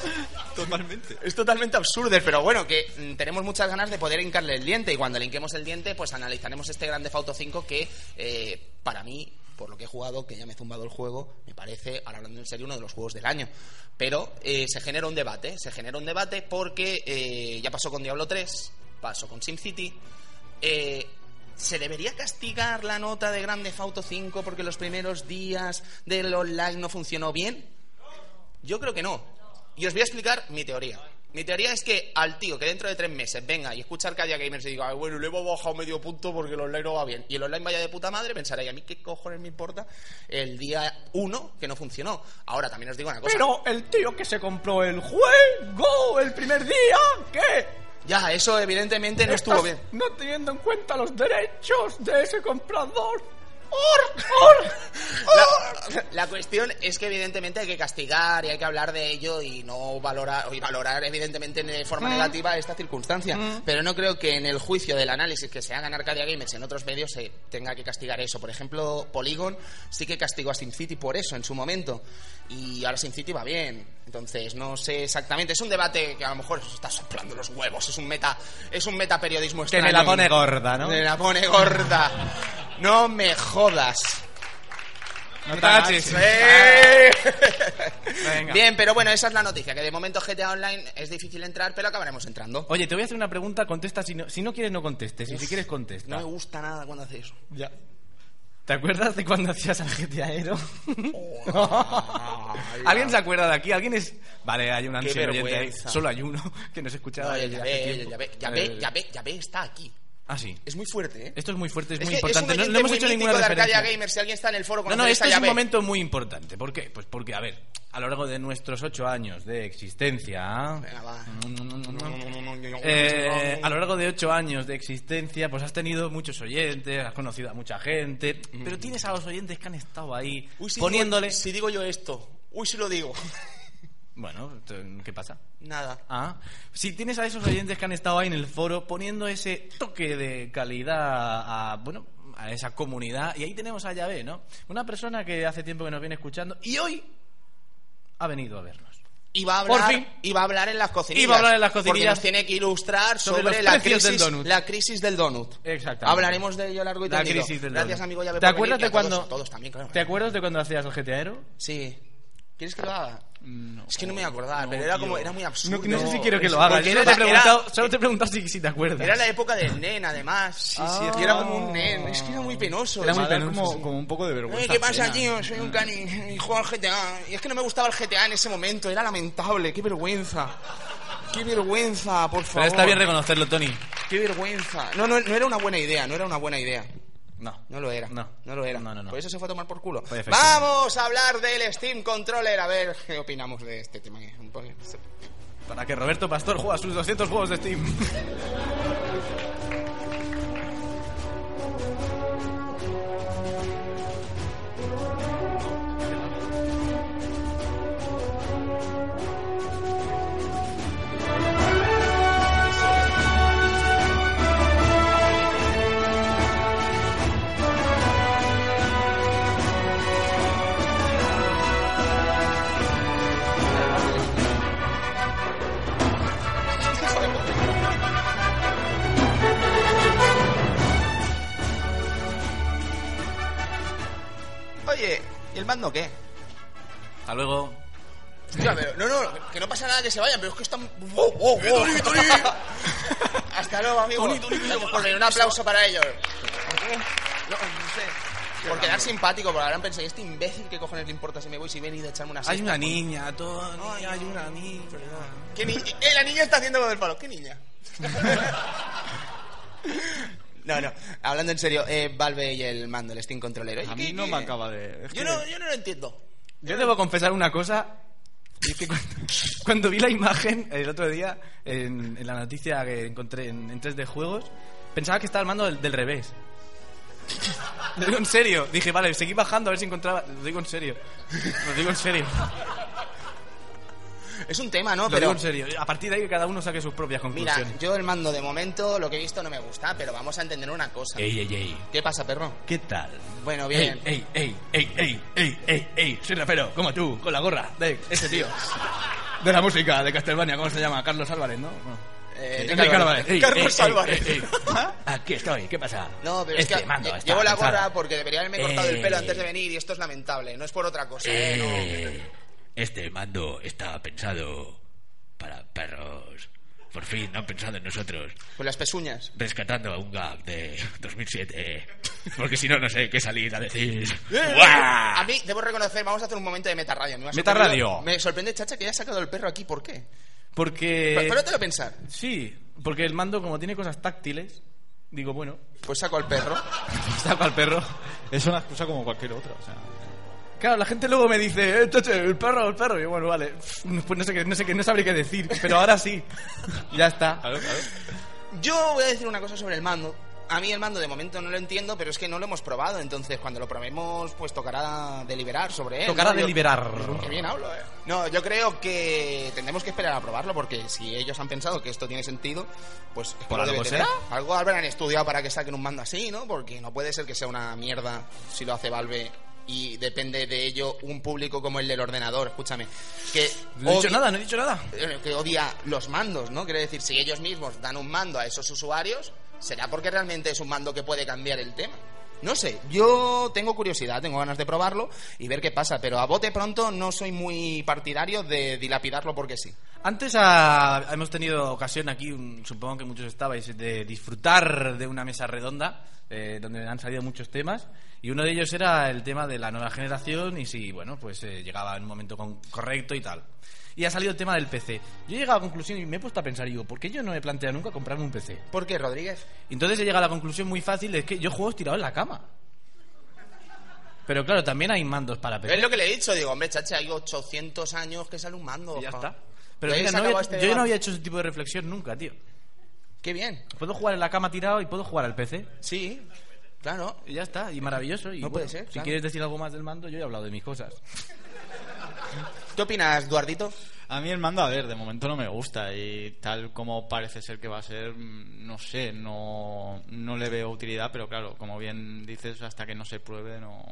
Totalmente. Es totalmente absurdo, pero bueno, que mm, tenemos muchas ganas de poder hincarle el diente y cuando le hinquemos el diente, pues analizaremos este Grande Fauto 5 que, eh, para mí, por lo que he jugado, que ya me he zumbado el juego, me parece, ahora hablando en serio, uno de los juegos del año. Pero eh, se genera un debate, se genera un debate porque eh, ya pasó con Diablo 3, pasó con SimCity, eh, ¿Se debería castigar la nota de Grande Auto 5 porque los primeros días del online no funcionó bien? Yo creo que no. Y os voy a explicar mi teoría. Mi teoría es que al tío que dentro de tres meses venga y escuchar Arcadia Gamers y diga, "Ay, bueno, le hemos bajado medio punto porque el online no va bien, y el online vaya de puta madre, pensará, ¿y a mí qué cojones me importa el día uno que no funcionó? Ahora también os digo una cosa. Pero el tío que se compró el juego el primer día, ¿qué? Ya, eso evidentemente no Estás estuvo bien. No teniendo en cuenta los derechos de ese comprador. ¡Or! ¡Or! La, la cuestión es que evidentemente hay que castigar y hay que hablar de ello y no valorar y valorar evidentemente de forma negativa esta circunstancia. Pero no creo que en el juicio del análisis que se haga en Arcadia Gamers y en otros medios se tenga que castigar eso. Por ejemplo, Polygon sí que castigó a SimCity por eso en su momento y ahora SimCity va bien. Entonces no sé exactamente. Es un debate que a lo mejor os está soplando los huevos. Es un meta, es un meta periodismo Que me la pone gorda, ¿no? Me la pone gorda. No me jodas. No te Taches. agaches. Venga. Bien, pero bueno, esa es la noticia, que de momento GTA Online es difícil entrar, pero acabaremos entrando. Oye, te voy a hacer una pregunta, contesta si no, si no quieres no contestes, y si quieres contesta. No me gusta nada cuando hace eso. Ya. ¿Te acuerdas de cuando hacías al GTAero? ¿Alguien se acuerda de aquí? ¿Alguien es...? Vale, hay un Qué ansia oyente ahí. vergüenza. Solo hay uno que nos escuchaba No, desde ya hace ve, tiempo. ya ve, ya Vale, ve, vale. ya ve, ya ve, está aquí. Ah, sí. Es muy fuerte, ¿eh? Esto es muy fuerte, es muy que importante. un No- no, oyente hemos muy hecho mítico ninguna de Arcadia referencia. Gamer, si alguien está en el foro No, con no, este esta es un llave. momento muy importante. ¿Por qué? Pues porque, a ver, a lo largo de nuestros ocho años de existencia... Venga, va. Eh, a lo largo de ocho años de existencia, pues has tenido muchos oyentes, has conocido a mucha gente, pero tienes a los oyentes que han estado ahí Mm. Uy, si poniéndole... Digo, si digo yo esto. Uy, si lo digo. Bueno, t- ¿qué pasa? Nada. Ah, si tienes a esos oyentes que han estado ahí en el foro poniendo ese toque de calidad a, bueno, a esa comunidad, y ahí tenemos a Yahvé, ¿no? Una persona que hace tiempo que nos viene escuchando y hoy ha venido a vernos. Y va a hablar, Por fin. y va a hablar en las cocinillas. Y va a hablar en las Porque cocinillas. nos tiene que ilustrar sobre, Sobre los la, precios del crisis, donut. la crisis del donut. Exactamente. Hablaremos de ello largo y La tendido. crisis del Gracias, donut. amigo. Ya ¿Te acuerdas de cuando Todos, también, claro. ¿Te acuerdas de cuando hacías el GTAero? Sí. ¿Quieres que lo haga? es que no me voy a acordar, pero era como era muy No, absurdo. no sé si quiero que Es- lo hagas. Oh, porque Yo solo te era- he preguntado, solo te he preguado si, si te acuerdas. era- era la época del nen, además. Sí, sí, es y era verdad. como un nen. Es que era muy penoso. Era muy ¿sabes? Da penoso, sí. como, como un poco de vergüenza. Oye, Eh, ¿qué pasa, ajena. tío? Soy un cani y juego al GTA. Y es que no me gustaba el GTA en ese momento, era lamentable, qué vergüenza. Qué vergüenza, por Pero favor. está bien reconocerlo, Tony. Qué vergüenza. No, no, no era una buena idea, no era una buena idea. No. No lo era. No. no lo era. No, no, no. Por eso se fue a tomar por culo. Pues efectivamente. Vamos a hablar del Steam Controller, a ver qué opinamos de este tema. Para que Roberto Pastor juegue a sus 200 juegos de Steam. oye, ¿y el mando qué? Hasta luego. Hostia, pero- no, no, que no pasa nada que se vayan, pero es que están. ¡Wow, wow, wow! Hasta luego, amigo. Tony, Tony, Tony, Gracias por venir. Un aplauso para ellos. No, no sé. Por quedar simpático, porque habrán pensado, ¿y este imbécil qué cojones le importa si me voy si viene y de echarme una Hay siesta? una niña, Tony, hay una niña. ¿Qué ni- eh, la niña está haciendo con el palo. ¿Qué niña? No, no, hablando en serio, eh, Valve y el mando, el Steam Controller. Oye, A ¿qué- mí no qué? me acaba de... es Yo que- no, yo no lo entiendo. Yo debo confesar una cosa. y es que cuando, cuando vi la imagen el otro día en, en la noticia que encontré en, en 3D Juegos, pensaba que estaba armando del, del revés. Lo digo en serio. Dije, vale, seguí bajando a ver si encontraba. Lo digo en serio. Lo digo en serio. Es un tema, ¿no? Lo pero digo en serio. A partir de ahí que cada uno saque sus propias mira, conclusiones. yo el mando de momento, lo que he visto no me gusta, pero vamos a entender una cosa. Ey, ey, ey. ¿Qué pasa, perro? ¿Qué tal? Bueno, bien. Ey, ey, ey, ey, ey, ey, ey. Soy rapero, como tú, con la gorra. De ese tío. De la música de Castlevania, ¿cómo se llama? Carlos Álvarez, ¿no? Bueno. Eh, Enrique Ricardo Álvarez. Ey, Carlos ey, ey, Álvarez. ey, ey. Aquí estoy, ¿qué pasa? No, pero este es que mando lle- está llevo la gorra pensado. porque debería haberme cortado el pelo Ey. antes de venir y esto es lamentable. No es por otra cosa. ¿eh? Eh, este mando está pensado para perros. Por fin han pensado en nosotros, Con pues las pezuñas. rescatando a un gag de 2007. Porque si no, no sé qué salir a decir. A ¡Guau! mí, debo reconocer, vamos a hacer un momento de metarradio. Me ha Metarradio. sorprendido- Me sorprende, chacha, que hayas sacado el perro aquí. ¿Por Eh. qué? Porque. Pero te lo pensar. Sí, porque el mando, como tiene cosas táctiles, digo, bueno, Pues saco al perro. saco al perro. Es una excusa como cualquier otra, o sea... Claro, la gente luego me dice, eh, choche, el perro, el perro. Y yo, bueno, vale, pff, pues no sé qué, no sé qué, no sabré qué decir, pero ahora sí. ya está. Yo voy a decir una cosa sobre el mando. A mí el mando de momento no lo entiendo, pero es que no lo hemos probado. Entonces, cuando lo probemos, pues tocará deliberar sobre él. Tocará ¿no? Yo- deliberar. Qué bien hablo, eh. No, yo creo que tendremos que esperar a probarlo porque si ellos han pensado que esto tiene sentido, pues es que Por lo algo debe será. tener. Algo habrán estudiado para que saquen un mando así, ¿no? Porque no puede ser que sea una mierda si lo hace Valve y depende de ello un público como el del ordenador, escúchame. Que No he dicho odie- nada, no he dicho nada. eh, que odia los mandos, ¿no? Quiere decir, si ellos mismos dan un mando a esos usuarios, será porque realmente es un mando que puede cambiar el tema. No sé, yo tengo curiosidad, tengo ganas de probarlo y ver qué pasa, pero a bote pronto no soy muy partidario de dilapidarlo porque sí. Antes ah, hemos tenido ocasión aquí, un- supongo que muchos estabais, de disfrutar de una mesa redonda eh, donde han salido muchos temas y uno de ellos era el tema de la nueva generación y si, bueno, pues eh, llegaba en un momento con- correcto y tal. Y ha salido el tema del PC. Yo he llegado a la conclusión y me he puesto a pensar, y digo, ¿por qué yo no me he planteado nunca comprarme un PC? ¿Por qué, Rodríguez? Y Entonces he llegado a la conclusión muy fácil de que yo juego estirado en la cama. Pero claro, también hay mandos para PC. Es lo que le he dicho, digo, hombre, chacha, hay 800 años que sale un mando. y ya pa. está. Pero Y ahí mira, se no acabó había- este yo no debate. había hecho ese tipo de reflexión nunca, tío. Qué bien. Puedo jugar en la cama tirado y puedo jugar al PC. Sí, claro. Y ya está, y maravilloso. Y No puede bueno, ser, Si claro. quieres decir algo más del mando, yo he hablado de mis cosas. ¿Qué opinas, Duardito? A mí el mando, a ver, de momento no me gusta y tal como parece ser que va a ser, mm, no sé, no, no le veo utilidad, pero claro, como bien dices, hasta que no se pruebe no,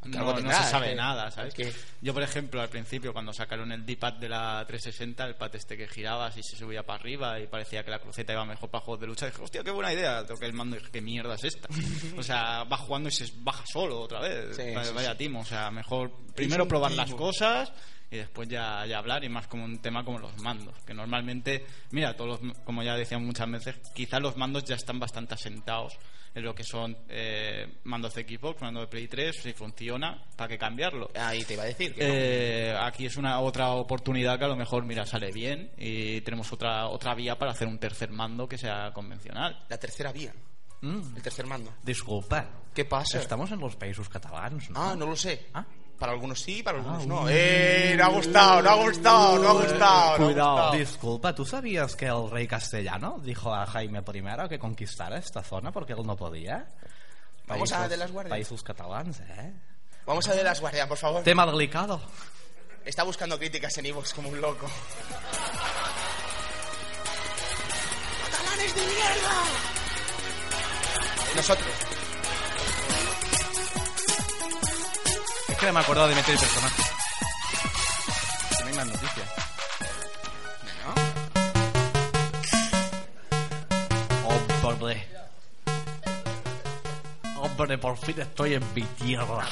Que no, algo no tendrá, se es sabe que- nada, es ¿sabes? que- Yo, por ejemplo, al principio cuando sacaron el D-pad de la 360, el pad este que girabas y se subía para arriba y parecía que la cruceta iba mejor para juegos de lucha, dije, hostia, qué buena idea, toqué el mando y dije, qué mierda es esta. o sea, va jugando y se baja solo otra vez. Sí, vaya sí, vaya timo, o sea, mejor primero probar las cosas y después ya, ya hablar y más como un tema como los mandos que normalmente mira todos los- como ya decía muchas veces quizás los mandos ya están bastante asentados en lo que son eh, mandos de Xbox mandos de Play 3 si funciona para qué cambiarlo Ahí te iba a decir. Que no. Eh, aquí es una otra oportunidad que a lo mejor mira sale bien y tenemos otra otra vía para hacer un tercer mando que sea convencional La tercera vía, Mm, el tercer mando. disculpa. ¿Qué pasa? Estamos en los países catalanes, ¿no? Ah, no lo sé. Ah. Para algunos sí, para algunos Ah, no. uy. ¡Eh! No ha gustado, no ha gustado, no ha gustado. no ha Cuidado. gustado. Disculpa, ¿tú sabías que el rey castellano dijo a Jaime I que conquistara esta zona porque él no podía? Vamos a de las guardias. Países catalanes, ¿eh? Vamos a ver las guardias, por favor. Tema delicado. Está buscando críticas en Evox como un loco. ¡Catalanes de mierda! Nosotros. Es que no me he acordado de meter el personaje. No hay más noticias. ¿No? Hombre. Hombre, por fin estoy en mi tierra.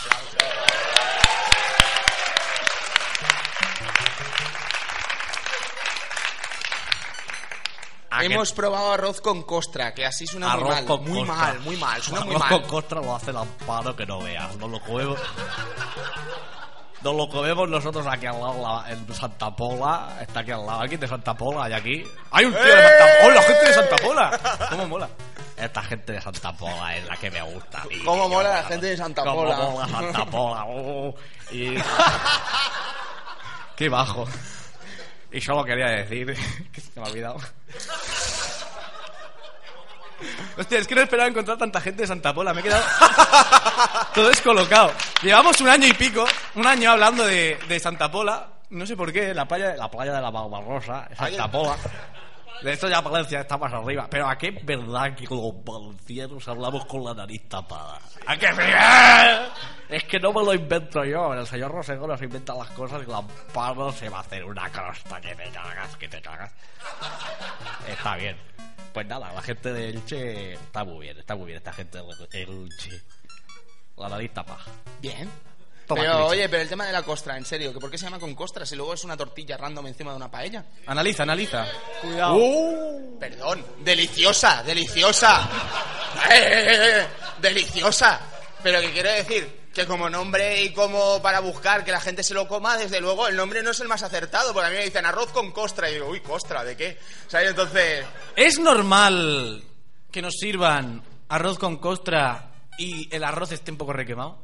que- Hemos probado arroz con costra, que así suena muy Arroz mal. con muy costra. mal, muy mal, suena muy Arroz mal. con costra lo hace el amparo que no veas, no lo comemos. Nos lo comemos nosotros aquí al lado, la- en Santa Pola. Está aquí al lado, aquí de Santa Pola, y aquí. ¡Hay un tío de Santa Pola! ¡La gente de Santa Pola! ¿Cómo mola? Esta gente de Santa Pola es la que me gusta. a mí, ¿Cómo que mola yo- la gente de Santa ¿Cómo Pola? mola Santa Pola? uh, y... ¡Qué bajo! Y solo quería decir que se me ha olvidado. Hostia, es que no esperaba encontrar tanta gente de Santa Pola. Me he quedado todo descolocado. Llevamos un año y pico, un año hablando de, de Santa Pola. No sé por qué, la playa, la playa de la Barbarosa, Santa Pola. De esto ya Valencia está más arriba. Pero ¿a qué es verdad que los valencianos hablamos con la nariz tapada? ¿A qué sí? Es que no me lo invento yo. El señor Rosego nos inventa las cosas y la pano se va a hacer una crosta que te cagas, que te cagas. Está bien. Pues nada, la gente de Elche está muy bien, está muy bien esta gente de Elche. La nariz tapada. Bien. Toma, pero cliché. oye, pero el tema de la costra, en serio, ¿que ¿por qué se llama con costra si luego es una tortilla random encima de una paella? Analiza, analiza. ¡Oh! Cuidado. Perdón. Deliciosa, deliciosa. Eh, eh, eh, eh, Deliciosa. Pero que quiero decir que como nombre y como para buscar que la gente se lo coma, desde luego el nombre no es el más acertado. Porque a mí me dicen arroz con costra y digo, uy, costra, ¿de qué? ¿Sabes? Entonces, ¿Es normal que nos sirvan arroz con costra y el arroz esté un poco requemado?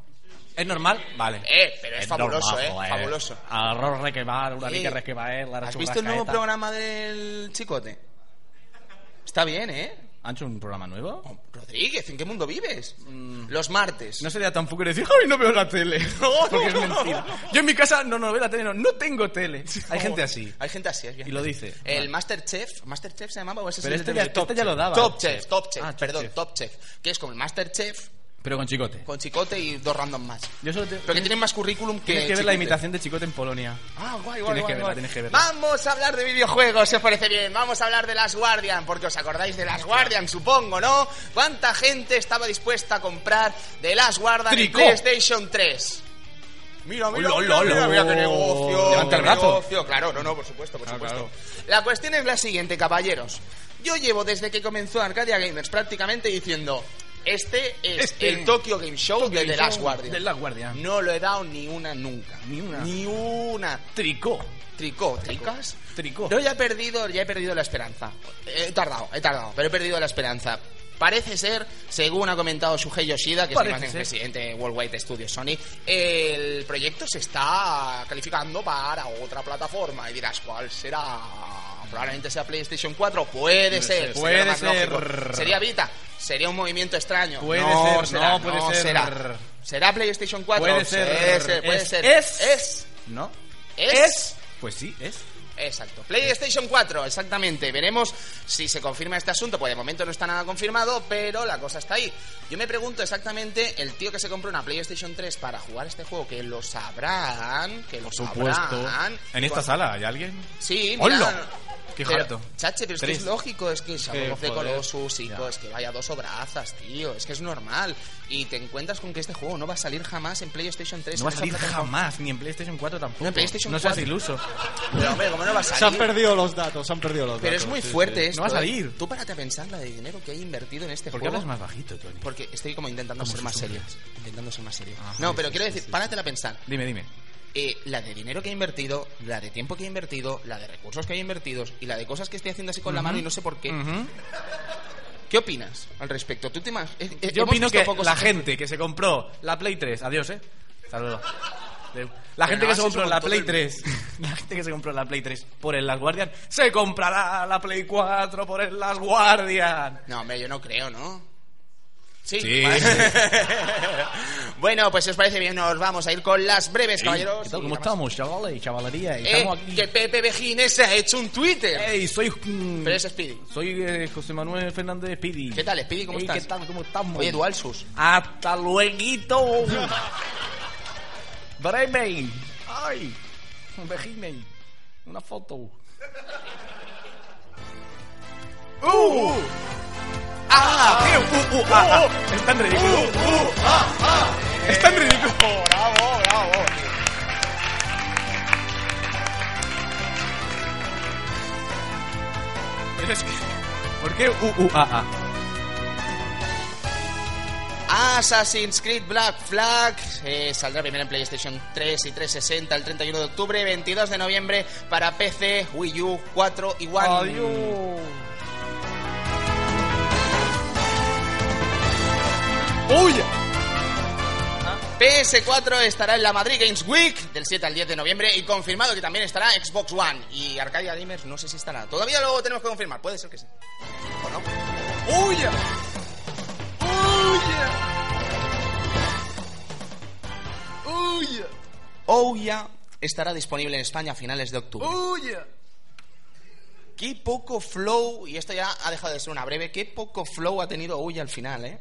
¿Es normal? Vale. eh, pero es, fabuloso, eh, fabuloso. Arroz requemado, una Eh, mica requemada, eh, la ¿Has visto el nuevo churrascaeta. programa del Chicote? Está bien, ¿eh? ¿Han hecho un programa nuevo? Rodríguez, ¿en qué mundo vives? Los martes. Mm. No sería tan fucker decir, ¡ay, no veo la tele! Porque es mentira. Yo en mi casa no, no veo la tele, no, no tengo tele. Hay gente así. Hay gente así, es bien. Y lo dice. El Masterchef, ¿Masterchef se llamaba o ese es Pero el este de ya- Top este ya Chef? lo daba, Top el Chef, Chef. Top Chef, Ah, Top perdón, Chef. Top Chef. Que es como el Masterchef Pero con chicote. con Chicote y dos random más. Yo solo te- Pero que tienen más currículum que. Tienes que ver la Chicote. imitación de chicote en Polonia. Ah, guay, guay, guay, Tienes que verla, guay. tienes que verla. Vamos a hablar de videojuegos, si os parece bien. Vamos a hablar de Last Guardian, porque os acordáis de Last Guardian, supongo, ¿no? ¿Cuánta gente estaba dispuesta a comprar de Last Guardian en Tricó. PlayStation 3? Mira, mira, mira, mira, mira, qué negocio. Levanta el qué brazo. negocio. Claro, no, no, por supuesto, por supuesto. La cuestión es la siguiente, caballeros. Yo llevo desde que comenzó Arcadia Gamers prácticamente diciendo, este es Este. el Tokyo Game Show de The Last Guardian. De Last Guardian. No lo he dado ni una nunca. Ni una. Ni una. Tricó. Tricó, tricas. Tricó. Yo ya he perdido, ya he perdido la esperanza. He tardado, he tardado, pero he perdido la esperanza. Parece ser, según ha comentado Shuhei Yoshida, que Parece es el ser. presidente de Worldwide Studios Sony, el proyecto se está calificando para otra plataforma. Y dirás, ¿cuál será? Probablemente sea PlayStation 4. Puede ser. sería puede lo más ser. lógico. Sería Vita. Sería un movimiento extraño. Puede no ser, será, no, puede ser. será. ¿Será PlayStation 4? Puede ser. Puede ser. puede Es- ser. es- Es. ¿No? Es. Pues sí, es. Exacto. PlayStation 4, exactamente. Veremos si se confirma este asunto, pues de momento no está nada confirmado, pero la cosa está ahí. Yo me pregunto exactamente, el tío que se compró una PlayStation 3 para jugar este juego, que lo sabrán, que lo sabrán. ¿En esta Cuando- sala hay alguien? Sí, mira. ¡Hola! ¡Qué Pero, harto! Chache, pero es que Tres. es lógico, es que Shadow of the joder. Colossus, hijo, Ya. es que vaya dos obrazas, tío, es que es normal. Y te encuentras con que este juego no va a salir jamás en PlayStation 3. No va en a esa salir plataforma. jamás, ni en PlayStation 4 tampoco. No, en PlayStation No seas 4. iluso. Pero, hombre, ¿cómo no va a salir? Se han perdido los datos, se han perdido los Pero datos. es muy sí, fuerte sí. esto. No va a ¿eh? salir. Tú párate a pensar la de dinero que he invertido en este ¿Por qué juego. hablas más bajito, Tony? Porque estoy como intentando Como ser si más serio. estuvieras. Intentando ser más serio. Ah, no, sí, pero sí, quiero sí, decir, sí, páratela a pensar. Dime, dime. Eh, la de dinero que he invertido, la de tiempo que he invertido, la de recursos que he invertido y la de cosas que estoy haciendo así con la mano y no sé por qué. Ujú. ¿Qué opinas al respecto? ¿Tú te imaginas? Eh, eh, Yo hemos opino visto que pocos la ejemplos. gente que se compró la Play 3, adiós, eh. Hasta luego. De- La gente no, que se así compró somos la todo Play el mundo. 3, la gente que se compró la Play 3 por el Last Guardian, se comprará la Play 4 por el Last Guardian. No, hombre, yo no creo, ¿no? Sí. Sí. Vale. bueno, pues si os parece bien, nos vamos a ir con las breves, caballeros. ¿Qué tal? Y ¿Cómo demás. estamos, chavales y chavalería? Y Eh, estamos aquí. que Pepe Vejines se ha hecho un Twitter. ¡Ey, soy. mm, Pero es Speedy. Soy eh, José Manuel Fernández Speedy. ¿Qué tal, Speedy? ¿Cómo Ey, estás? ¿Qué tal? ¿Cómo estamos? Oye, Dualsus. ¡Hasta luego! Bremen. ¡Ay! um Bremen. Una foto. ¡Uh! Uh! ¡Ah! tío, ¡Uh! ¡Uh! ¡Ah! ah. Es tan ridículo. Uh, Es tan ridículo. ah, Bravo, bravo. Es que- ¿Por qué UUAA? Assassin's Creed Black Flag eh, saldrá primero en PlayStation 3 y 360 el 31 de octubre, 22 de noviembre para PC, Wii U, 4 y One. ¡Uy! PS4 estará en la Madrid Games Week del 7 al 10 de noviembre y confirmado que también estará Xbox One y Arcadia Gamers no sé si estará. Todavía lo tenemos que confirmar, puede ser que sí. ¿O no? ¡Uy! Ouya estará disponible en España a finales de octubre. Uh. Qué poco flow, y esto ya ha dejado de ser una breve, qué poco flow ha tenido Ouya al final, ¿eh?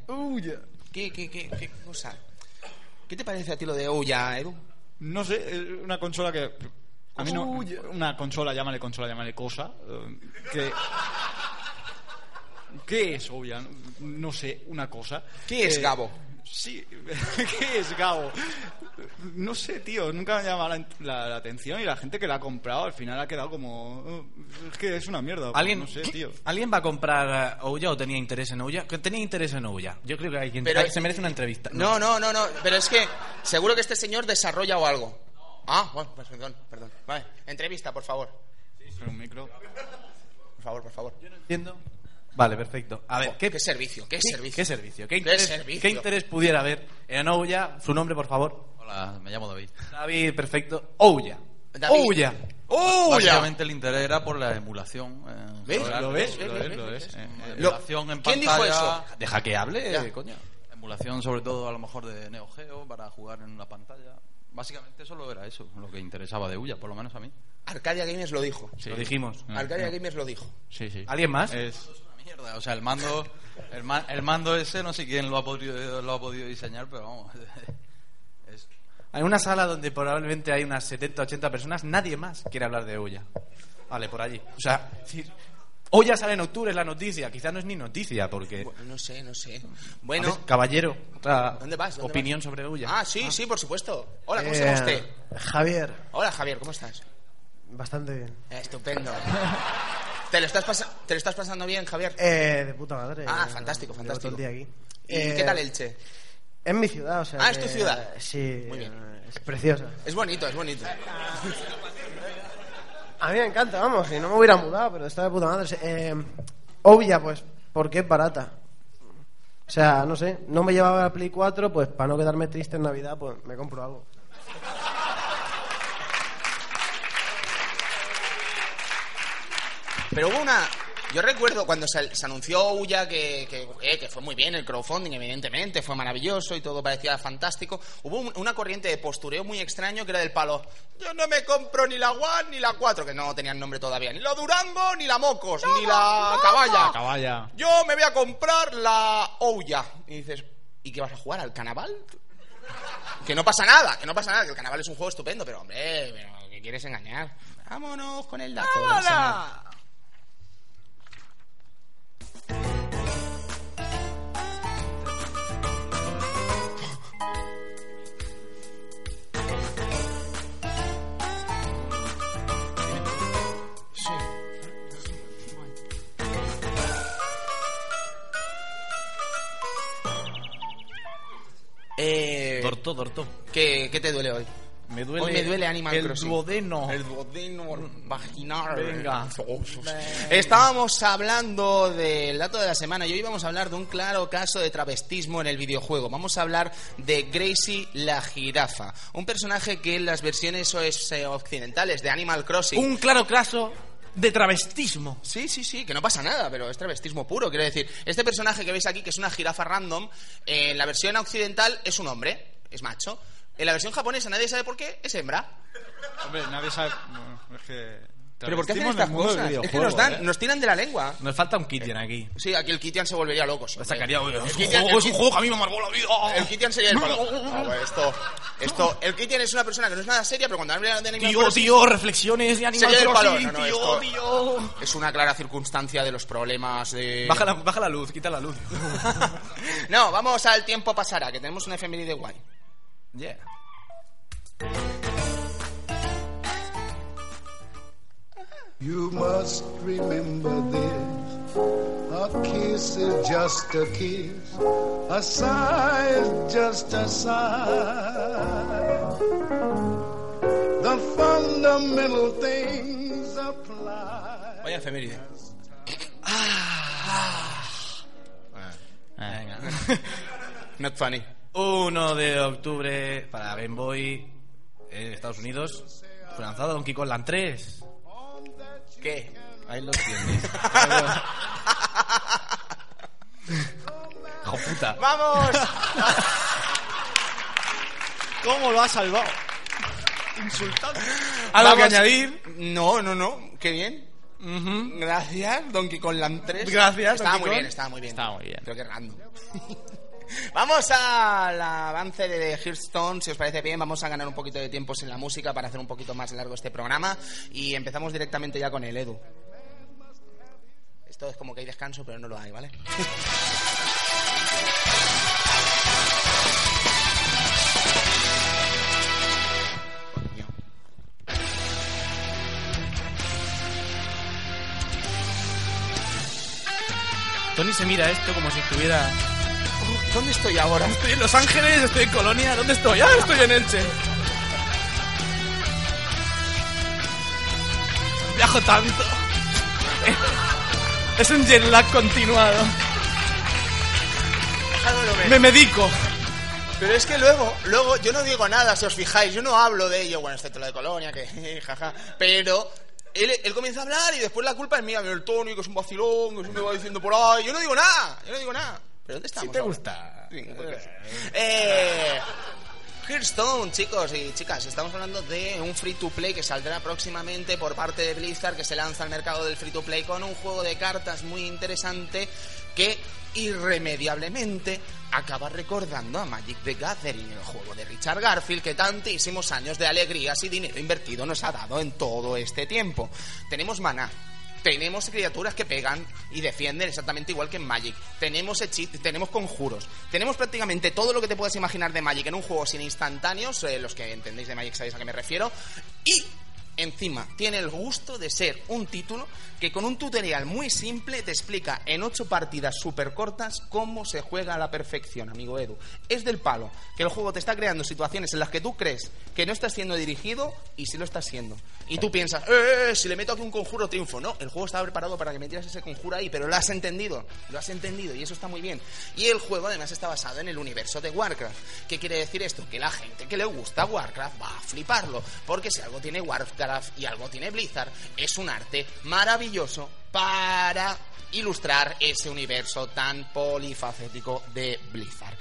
¿Qué, qué, qué, qué cosa? ¿Qué te parece a ti lo de Ouya, Edu? No sé, eh, una consola que. A mí no. Una consola, llámale consola, llámale cosa. eh, Que. ¿Qué es, obvia? No sé, una cosa. ¿Qué es Eh, Gabo? Sí, ¿qué es Gabo? No sé, tío, nunca me ha llamado la, la- la atención y la gente que la ha comprado al final ha quedado como. "Oh, Es que es una mierda. ¿Alguien, No sé, tío. ¿Alguien va a comprar Ouya o tenía interés en Ouya? Que tenía interés en Ouya. Yo creo que hay quien Pero- hay- se merece una entrevista. No, no, no, no, pero es que seguro que este señor desarrolla o algo. Ah, bueno, pues perdón, perdón. Vale, entrevista, por favor. Pero un micro. Por favor, por favor. entiendo. Vale, perfecto. A ver, ¿qué, Oh, ¿Qué servicio? ¿Qué qué- servicio? qué servicio? ¿Qué interés, servicio? qué interés pudiera haber en Ouya? Su nombre, por favor. Hola, me llamo David. David, perfecto. Ouya. David. Ouya. ¡Ouya! Básicamente el interés era por la emulación. eh, ¿Ves? general. ¿Lo ves? ¿Ves? Lo ¿Ves? es, lo es. Eh, Lo- Emulación en ¿Quién dijo pantalla. eso? Deja que hable, Ya. coño. Emulación sobre todo a lo mejor de Neo Geo para jugar en una pantalla. Básicamente solo era eso, lo que interesaba de Ulla, por lo menos a mí. Arcadia Gamers lo dijo. Sí. Lo dijimos. Ah, Arcadia Gamers lo dijo. Sí, sí. ¿Alguien más? Mm. Es. Una mierda, o sea, el mando, el, ma- el mando ese no sé quién lo ha podido, lo ha podido diseñar, pero vamos. es- En una sala donde probablemente hay unas 70, 80 personas, nadie más quiere hablar de Olla. Vale, por allí. O sea, es decir, Olla sale en octubre, es la noticia. Quizás no es ni noticia, porque. Bueno, no sé, no sé. A Bueno, ver, caballero, otra ¿Dónde vas? ¿Dónde opinión vas? sobre Olla. ah, sí, sí, por supuesto. Hola, ¿cómo se llama usted? Eh, Javier, Hola, Javier, ¿cómo estás? bastante bien. Eh, Estupendo. ¿Te lo estás, pasa- te lo estás pasando bien, Javier? Eh, de puta madre. Ah, eh, fantástico, llevo fantástico. todo el día aquí. ¿Y Eh, qué tal Elche? Es mi ciudad, o sea. Ah, ¿es que- tu ciudad? Sí. Muy bien. eh, Es preciosa. Es bonito, es bonito. A mí me encanta, vamos, y no me hubiera mudado, pero está de puta madre. Eh, obvia, pues, porque es barata. O sea, no sé, no me llevaba la Play 4, pues para no quedarme triste en Navidad, pues me compro algo. Pero hubo una... Yo recuerdo cuando se, se anunció Uya que, que, eh, que fue muy bien el crowdfunding, evidentemente, fue maravilloso y todo parecía fantástico. Hubo un- una corriente de postureo muy extraño que era del palo, yo no me compro ni la One ni la 4, que no tenían nombre todavía, ni la Durango, ni la Mocos, ni la Caballa. Caballa. Yo me voy a comprar la Ouya. Y dices, ¿y qué vas a jugar? ¿Al carnaval? Que no pasa nada, que no pasa nada, que el carnaval es un juego estupendo, pero hombre, pero que quieres engañar. Vámonos con el dato. del señor. Eh, Dortó, dortó. ¿qué, qué te duele hoy? Me duele hoy me duele Animal el Crossing. duodeno. El duodeno vaginal. Venga. Estábamos hablando del dato de la semana y hoy vamos a hablar de un claro caso de travestismo en el videojuego. Vamos a hablar de Gracie la jirafa, un personaje que en las versiones OS occidentales de Animal Crossing Un claro caso de travestismo. Sí, sí, sí, que no pasa nada, pero es travestismo puro. Quiero decir, este personaje que veis aquí, que es una jirafa random, eh, en la versión occidental es un hombre, es macho. En la versión japonesa nadie sabe por qué, es hembra. Hombre, nadie sabe. bueno, es que. ¿Pero por qué hacen travestimos en el estas mundo del cosas? Es que videojuego, nos, dan, ¿eh? nos tiran de la lengua. Nos falta un Kitian aquí. Sí, aquí el Kitian se volvería loco. sí, Lo hombre. sacaría, oye, Eh, El es, un Kitian- juego, el es un Kit- juego que a mí me amargó la vida. El Kitian sería el palo. Ah, bueno, esto, esto, el Kitian es una persona que no es nada seria, pero cuando habla de Animal Tío, Crossing, tío, reflexiones de Animal Señor del palo, Crossing, no, no, tío, esto- tío. es una clara circunstancia de los problemas de... Baja la, baja la luz, quita la luz. No, vamos al tiempo pasará, que tenemos una efeméride guay. Yeah. You must remember this. A kiss is just a kiss, a sigh is just a sigh. The fundamental things apply. Vaya efeméride. Ah, Venga. Not funny. 1 de octubre para Game Boy en Estados Unidos. Fue lanzado Donkey Kong Land 3. ¿Qué? Ahí lo tienes. Hijo puta. ¡Vamos! ¿Cómo lo ha salvado? Insultando. ¿Algo Vamos. que añadir? No, no, no. Qué bien. Gracias, Donkey Kong Land 3. Gracias, Estaba Donkey muy Kong. bien, estaba muy bien. Está muy bien. Creo que random. Vamos al avance de Hearthstone, si os parece bien, vamos a ganar un poquito de tiempo sin la música para hacer un poquito más largo este programa y empezamos directamente ya con el Edu. Esto es como que hay descanso, pero no lo hay, ¿vale? Tony se mira esto como si estuviera. ¿Dónde estoy ahora? Estoy en Los Ángeles, estoy en Colonia, ¿dónde estoy? ¡Ah, estoy en Elche! Viajo tanto. Es un jet lag continuado. Ah, Me medico. Pero es que luego, luego, yo no digo nada, si os fijáis, yo no hablo de ello, bueno, excepto la de Colonia, que jaja, pero él, él comienza a hablar y después la culpa es mía, el Tony, que es un vacilón, que se me va diciendo por ahí, yo no digo nada, yo no digo nada. ¿Pero dónde estamos? Si te ahora? gusta. Sí, creo que sí. Eh, Hearthstone, chicos y chicas, estamos hablando de un free to play que saldrá próximamente por parte de Blizzard, que se lanza al mercado del free to play con un juego de cartas muy interesante que irremediablemente acaba recordando a Magic the Gathering, el juego de Richard Garfield que tantísimos años de alegrías y dinero invertido nos ha dado en todo este tiempo. Tenemos maná, tenemos criaturas que pegan y defienden exactamente igual que en Magic. Tenemos hechi- tenemos conjuros. Tenemos prácticamente todo lo que te puedas imaginar de Magic en un juego sin instantáneos. eh, los que entendéis de Magic sabéis a qué me refiero. Y encima tiene el gusto de ser un título que con un tutorial muy simple te explica en ocho partidas súper cortas cómo se juega a la perfección, amigo Edu. Es del palo que el juego te está creando situaciones en las que tú crees que no estás siendo dirigido y sí lo estás siendo. Y tú piensas, "Eh, eh, si le meto aquí un conjuro triunfo. No, el juego estaba preparado para que metieras ese conjuro ahí, pero lo has entendido, lo has entendido y eso está muy bien. Y el juego además está basado en el universo de Warcraft. ¿Qué quiere decir esto? Que la gente que le gusta Warcraft va a fliparlo, porque si algo tiene Warcraft y algo tiene Blizzard, es un arte maravilloso para ilustrar ese universo tan polifacético de Blizzard.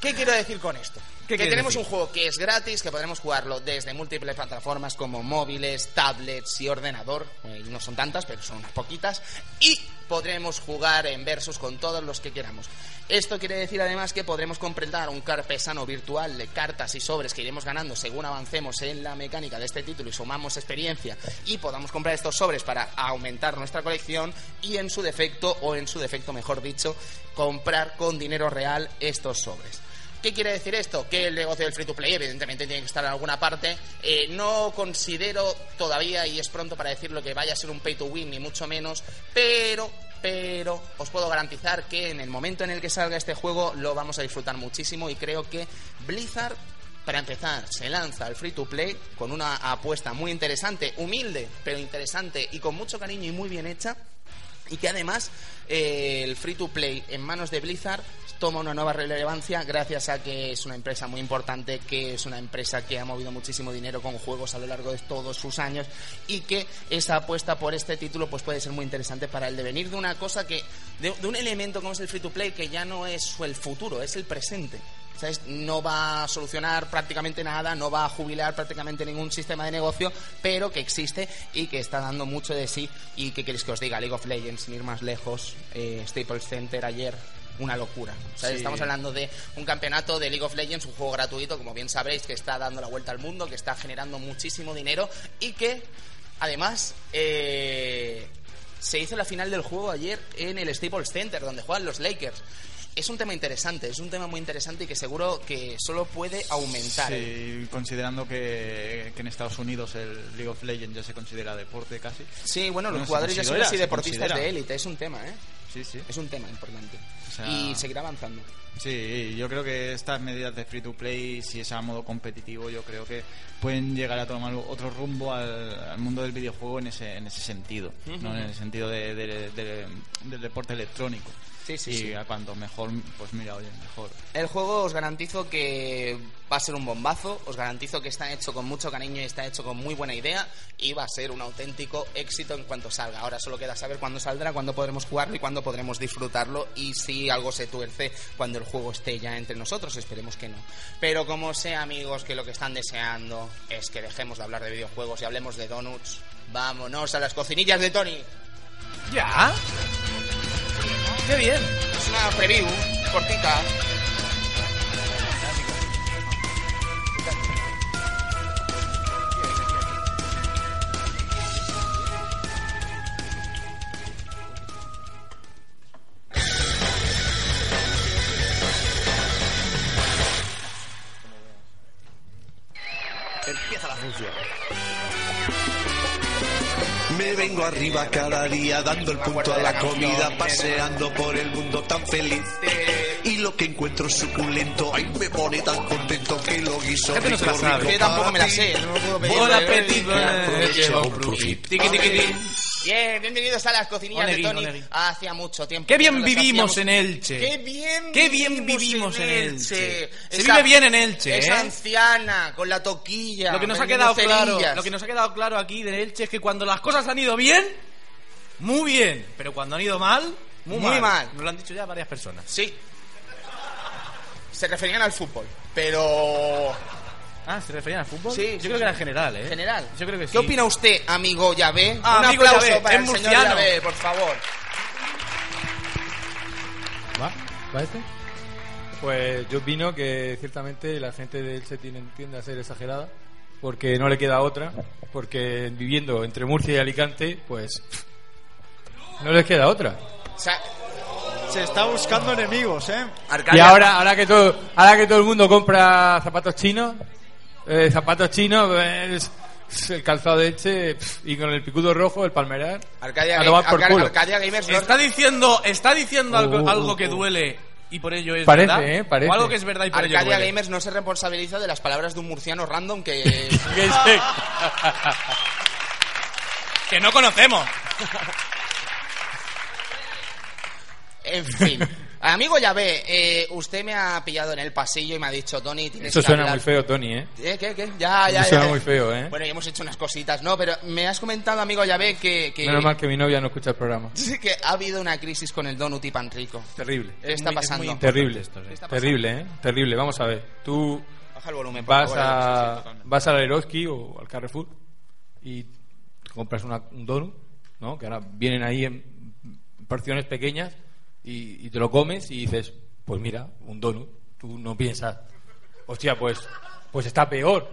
¿Qué quiero decir con esto? ¿Qué que quieres tenemos decir? un juego que es gratis, que podremos jugarlo desde múltiples plataformas como móviles, tablets y ordenador. Eh, no son tantas, pero son unas poquitas. Y podremos jugar en versus con todos los que queramos. Esto quiere decir además que podremos completar un carpesano virtual de cartas y sobres que iremos ganando según avancemos en la mecánica de este título y sumamos experiencia y podamos comprar estos sobres para aumentar nuestra colección y en su defecto, o en su defecto mejor dicho, comprar con dinero real estos sobres. ¿Qué quiere decir esto? Que el negocio del free to play, evidentemente, tiene que estar en alguna parte. Eh, no considero todavía, y es pronto para decirlo, que vaya a ser un pay to win, ni mucho menos, pero. Pero os puedo garantizar que en el momento en el que salga este juego lo vamos a disfrutar muchísimo y creo que Blizzard, para empezar, se lanza al free to play con una apuesta muy interesante, humilde, pero interesante y con mucho cariño y muy bien hecha. Y que además eh, el free to play en manos de Blizzard toma una nueva relevancia gracias a que es una empresa muy importante, que es una empresa que ha movido muchísimo dinero con juegos a lo largo de todos sus años y que esa apuesta por este título pues puede ser muy interesante para el devenir de una cosa que, de, de un elemento como es el free to play que ya no es el futuro, es el presente. ¿Sabes? No va a solucionar prácticamente nada, no va a jubilar prácticamente ningún sistema de negocio, pero que existe y que está dando mucho de sí. ¿Y qué queréis que os diga? League of Legends, sin ir más lejos, eh, Staples Center ayer, una locura. ¿Sabes? Sí. Estamos hablando de un campeonato de League of Legends, un juego gratuito, como bien sabréis, que está dando la vuelta al mundo, que está generando muchísimo dinero y que, además, eh, se hizo la final del juego ayer en el Staples Center, donde juegan los Lakers. es un tema interesante, es un tema muy interesante y que seguro que solo puede aumentar. ¿eh? Sí, considerando que, que en Estados Unidos el League of Legends ya se considera deporte casi. Sí, bueno, los se jugadores ya son considera, casi se deportistas considera. de élite, es un tema, ¿eh? Sí, sí. Es un tema importante. O sea- Y seguirá avanzando. Sí, yo creo que estas medidas de free to play, si es a modo competitivo, yo creo que pueden llegar a tomar otro rumbo al, al mundo del videojuego en ese, en ese sentido, Ujú. ¿no? en el sentido de- de- de- del deporte electrónico. Sí, sí, y sí. a cuanto mejor, pues mira, oye, mejor. El juego os garantizo que va a ser un bombazo, os garantizo que está hecho con mucho cariño y está hecho con muy buena idea y va a ser un auténtico éxito en cuanto salga. Ahora solo queda saber cuándo saldrá, cuándo podremos jugarlo y cuándo podremos disfrutarlo y si algo se tuerce cuando el juego esté ya entre nosotros, esperemos que no. Pero como sea amigos que lo que están deseando es que dejemos de hablar de videojuegos y hablemos de donuts, vámonos a las cocinillas de Tony. Ya. Qué bien. Es una preview cortita. Empieza la función. Me vengo arriba cada día dando el punto a la comida, paseando por el mundo tan feliz. Y lo que encuentro suculento, ay, me pone tan contento que lo guiso. Gente no se la rico, sabe. rico Yo para tampoco me la ti. sé, no me puedo pedir. Bon apetito, eh, lleva un Tiqui, Prusik. tiqui, Bien, bienvenidos a las cocinillas Onegui, de Tony. onegui. Hacía mucho tiempo. Qué que bien no nos vivimos hacíamos- en Elche. Qué bien. Qué bien vivimos en Elche. Se vive bien en Elche, Esa ¿eh? anciana con la toquilla. Lo que nos ha vendiendo quedado claro, cerillas. lo que nos ha quedado claro aquí de Elche es que cuando las cosas han ido bien, muy bien, pero cuando han ido mal, muy, Muy mal. Nos lo han dicho ya varias personas. Sí. Se referían al fútbol, pero Ah, se referían al fútbol. Sí, yo sí, creo sí. que era en general, ¿eh? general. Yo creo que sí. ¿Qué opina usted, amigo Yahvé? Ah, Un amigo aplauso Yahvé, para es el señor murciano. Yahvé, por favor. ¿Va? ¿Va este? Pues yo opino que ciertamente la gente de Elche tiene- tiende a ser exagerada porque no le queda otra, porque viviendo entre Murcia y Alicante, pues no les queda otra. Se está buscando enemigos, ¿eh? Y ahora, ahora que todo, ahora que todo el mundo compra zapatos chinos, eh, zapatos chinos, eh, es- es el calzado de Elche pf, y con el picudo rojo, el palmerar, Arcadia, a tomar por Arca- culo. Arcadia Gamers no- Está diciendo, está diciendo algo, Uh, uh, algo uh. que duele y por ello es Parece, verdad. ¿eh? Parece. O algo que es verdad y por ello Arcadia duele. Gamers no se responsabiliza de las palabras de un murciano random que... que no conocemos. en fin. Amigo Yahvé, eh, usted me ha pillado en el pasillo y me ha dicho, Tony, tienes Eso que suena hablar". muy feo, Tony, ¿eh? ¿Eh? ¿Qué? ¿Qué? Ya, ya, Eso ya. suena muy feo, ¿eh? Bueno, ya hemos hecho unas cositas, ¿no? Pero me has comentado, amigo Yahvé, que... que... Menos mal que mi novia no escucha el programa. Sí, que ha habido una crisis con el donut y pan rico. Terrible. ¿Qué está pasando? Terrible, ¿Qué está pasando? terrible, ¿eh? Terrible. Vamos a ver. Tú Baja el volumen, por vas favor, Alex, sí, a totalmente. vas al Eroski o al Carrefour y te compras una- un donut, ¿no? Que ahora vienen ahí en porciones pequeñas y, y te lo comes y dices, pues mira, un donut. Tú no piensas, hostia, pues pues está peor.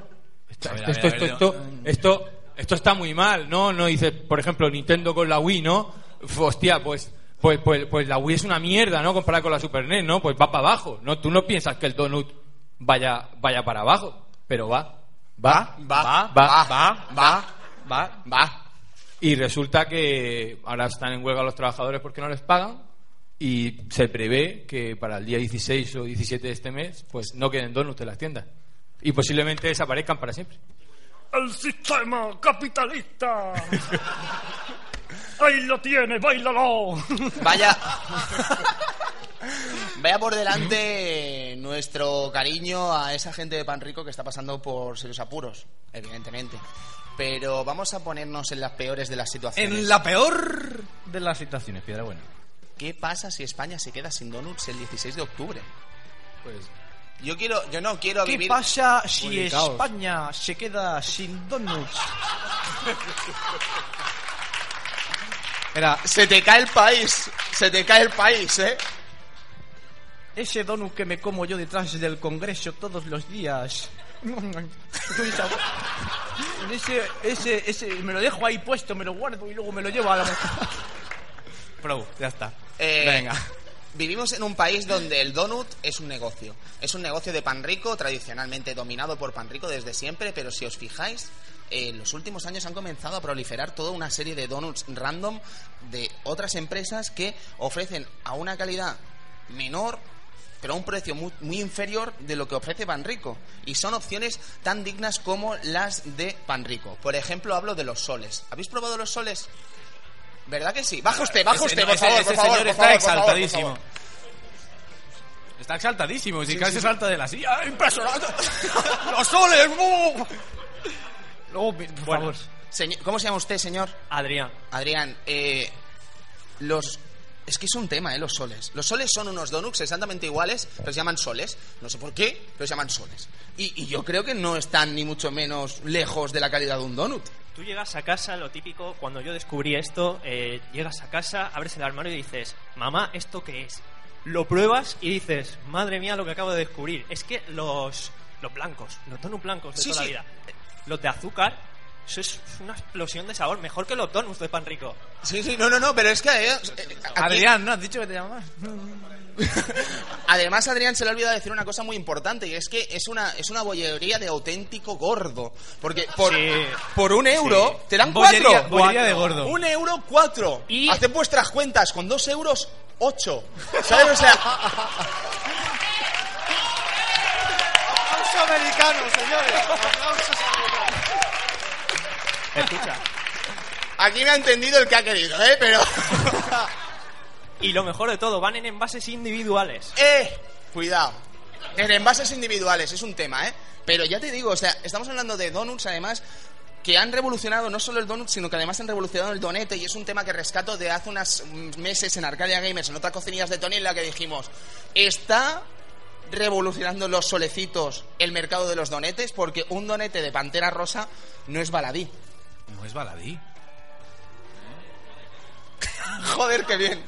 Está- A ver, a esto, ver, a esto, ver, esto, esto, esto está muy mal, ¿no? No dices, por ejemplo, Nintendo con la Wii, ¿no? Uf, Hostia, pues, pues, pues, pues la Wii es una mierda, ¿no? Comparada con la Super NES, ¿no? Pues va para abajo, ¿no? Tú no piensas que el donut vaya, vaya para abajo, pero va, va, Va, va, va, va, va, va. Y resulta que ahora están en huelga los trabajadores porque no les pagan y se prevé que para el día 16 o 17 de este mes, pues no queden donuts en las tiendas y posiblemente desaparezcan para siempre. El sistema capitalista. Ahí lo tiene, bailalo. Vaya. Vaya por delante nuestro cariño a esa gente de pan rico que está pasando por serios apuros, evidentemente. Pero vamos a ponernos en las peores de las situaciones. En la peor de las situaciones, piedra buena. ¿Qué pasa si España se queda sin donuts el 16 de octubre? Pues yo quiero, yo no quiero ¿Qué vivir. pasa si España se queda sin donuts? Mira, se te cae el país, se te cae el país, ¿eh? Ese donut que me como yo detrás del Congreso todos los días. Tiene sabor. ese, ese, ese, me lo dejo ahí puesto, me lo guardo y luego me lo llevo a la... Pro, ya está. Eh, Venga. Vivimos en un país donde el donut es un negocio. Es un negocio de pan rico, tradicionalmente dominado por pan rico desde siempre, pero si os fijáis, eh, en los últimos años han comenzado a proliferar toda una serie de donuts random de otras empresas que ofrecen a una calidad menor pero a un precio muy, muy inferior de lo que ofrece Panrico. Y son opciones tan dignas como las de Panrico. Por ejemplo, hablo de los soles. ¿Habéis probado los soles? ¿Verdad que sí? Baja usted, baja Ese- usted, no, por ese- favor, ese por favor. señor por está favor, por favor, por exaltadísimo. favor. Está exaltadísimo. Si Sí, casi sí, se sí. salta de la silla. ¿eh? ¡Impresionante! ¡Los soles! uh. Luego, por favor. Señor- ¿Cómo se llama usted, señor? Adrián. Adrián, eh, los... Es que es un tema, ¿eh? Los soles. Los soles son unos donuts exactamente iguales, pero se llaman soles. No sé por qué, pero se llaman soles. Y, y yo creo que no están ni mucho menos lejos de la calidad de un donut. Tú llegas a casa, lo típico, cuando yo descubrí esto, eh, llegas a casa, abres el armario y dices, mamá, ¿esto qué es? Lo pruebas y dices, madre mía, lo que acabo de descubrir. Es que los, los blancos, los donuts blancos de Sí, toda sí. la vida, los de azúcar, eso es una explosión de sabor, mejor que los donuts de pan rico. Sí, sí, no, no, no, pero es que... eh, eh, aquí- Adrián, ¿no has dicho que te llamas? Además, Adrián se le olvida decir una cosa muy importante y es que es una, es una bollería de auténtico gordo. Porque por, por un euro Sí. te dan Bollería- cuatro. bollería de gordo. Un euro, cuatro. Y... Haced vuestras cuentas. Con dos euros, ocho. ¿Sabes? O sea, ¡Aplausos americanos, señores! ¡Aplausos americanos! Escucha. aquí me ha entendido el que ha querido, ¿eh? Pero... Y lo mejor de todo, van en envases individuales. ¡Eh! Cuidado. En envases individuales, es un tema, ¿eh? Pero ya te digo, o sea, estamos hablando de donuts, además, que han revolucionado no solo el donut, sino que además han revolucionado el donete, y es un tema que rescato de hace unos meses en Arcadia Gamers, en otras cocinillas de Tony, en la que dijimos, está revolucionando los solecitos el mercado de los donetes, porque un donete de pantera rosa no es baladí. No es baladí. Joder, qué bien.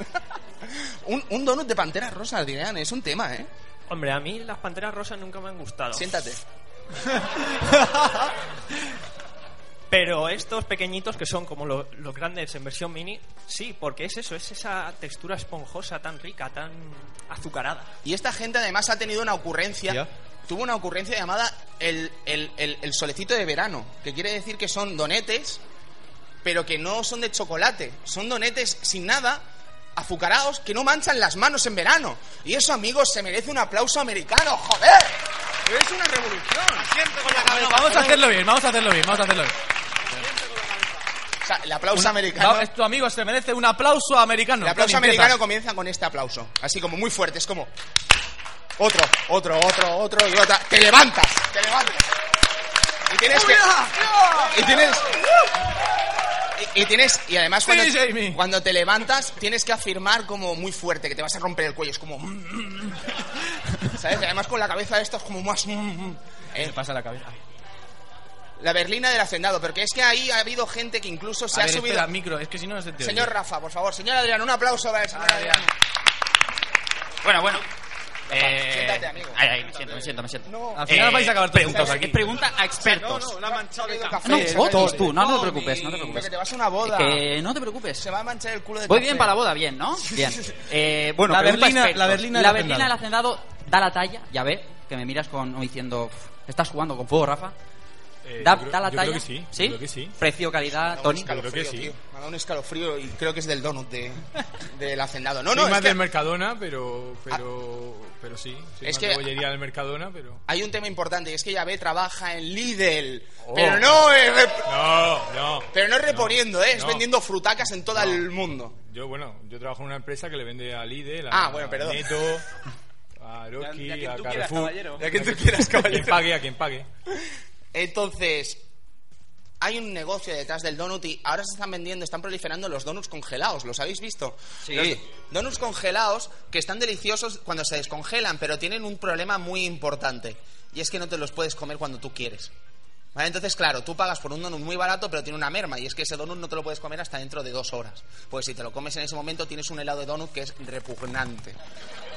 un, un donut de pantera rosa, dirán, es un tema, ¿eh? Hombre, a mí las panteras rosas nunca me han gustado. Siéntate. Pero estos pequeñitos que son como lo- los grandes en versión mini, sí, porque es eso, es esa textura esponjosa tan rica, tan azucarada. Y esta gente además ha tenido una ocurrencia. Ya. Tuvo una ocurrencia llamada el, el- el- el solecito de verano, que quiere decir que son donetes, pero que no son de chocolate. Son donetes sin nada, azucarados, que no manchan las manos en verano. Y eso, amigos, se merece un aplauso americano, joder. Es una revolución. Bueno, vamos a hacerlo bien, vamos a hacerlo bien, vamos a hacerlo bien. O sea, el aplauso Un- americano. va- es tu amigo se merece un aplauso americano. El aplauso Tony, americano empieza. comienza con este aplauso, así como muy fuerte, es como otro, otro, otro, otro y otra. Te levantas, te levantas. Y tienes que y tienes y, y tienes y además cuando, cuando te levantas tienes que afirmar como muy fuerte que te vas a romper el cuello, es como mm, mm, mm. ¿Sabes? Y además con la cabeza esto es como más mm, mm. Eh, me pasa la cabeza. la berlina del hacendado, porque es que ahí ha habido gente que incluso se a ha ver, subido espera, micro, es que si no no se te oye. Señor Rafa, por favor, señor Adrián, un aplauso para el señor Adrián. Bueno, bueno. Eh, siéntate, amigo. Ay, ay, me siento, me siento, me siento. No. Al final vais a acabar todos preguntas juntos aquí. aquí. Es pregunta a expertos. No, no, la ha manchado de café. No, Se fotos ve- tú, no, no te preocupes, no te preocupes. Pero que te vas a una boda. Que no te preocupes. Se va a manchar el culo de Voy café. bien para la boda, bien, ¿no? Bien. Eh, Bueno, la pregunta berlina, expertos. la berlina, La la berlina del hacendado da la talla, ya ve, que me miras con como diciendo, "Pff, estás jugando con fuego, Rafa. Eh, da, yo creo- da la yo talla. creo que sí, yo creo que sí. Precio, calidad, Tony. Me ha dado un escalofrío, tío. Me ha dado un escalofrío y creo que es del donut de, del hacendado. No, no, Soy es más que del Mercadona, pero, pero, pero sí. Soy Es más que- de bollería del Mercadona, pero. hay un tema importante y es que Yahvé trabaja en Lidl. Oh. Pero no es, rep- No, no. pero no es reponiendo, ¿eh? es no. vendiendo frutacas en todo el mundo. Yo, bueno, yo trabajo en una empresa que le vende a Lidl, a, Ah, bueno, perdón. Neto, a Aroki, Y a- y a quien a tú quieras, Carrefour. caballero. Y a Y a quien tú quieras, A quien caballero. pague, a quien pague. Entonces, hay un negocio detrás del donut y ahora se están vendiendo, están proliferando los donuts congelados, ¿los habéis visto? Sí. Los donuts congelados que están deliciosos cuando se descongelan, pero tienen un problema muy importante y es que no te los puedes comer cuando tú quieres. ¿Vale? Entonces, claro, tú pagas por un donut muy barato, pero tiene una merma, y es que ese donut no te lo puedes comer hasta dentro de dos horas. Pues si te lo comes en ese momento, tienes un helado de donut que es repugnante.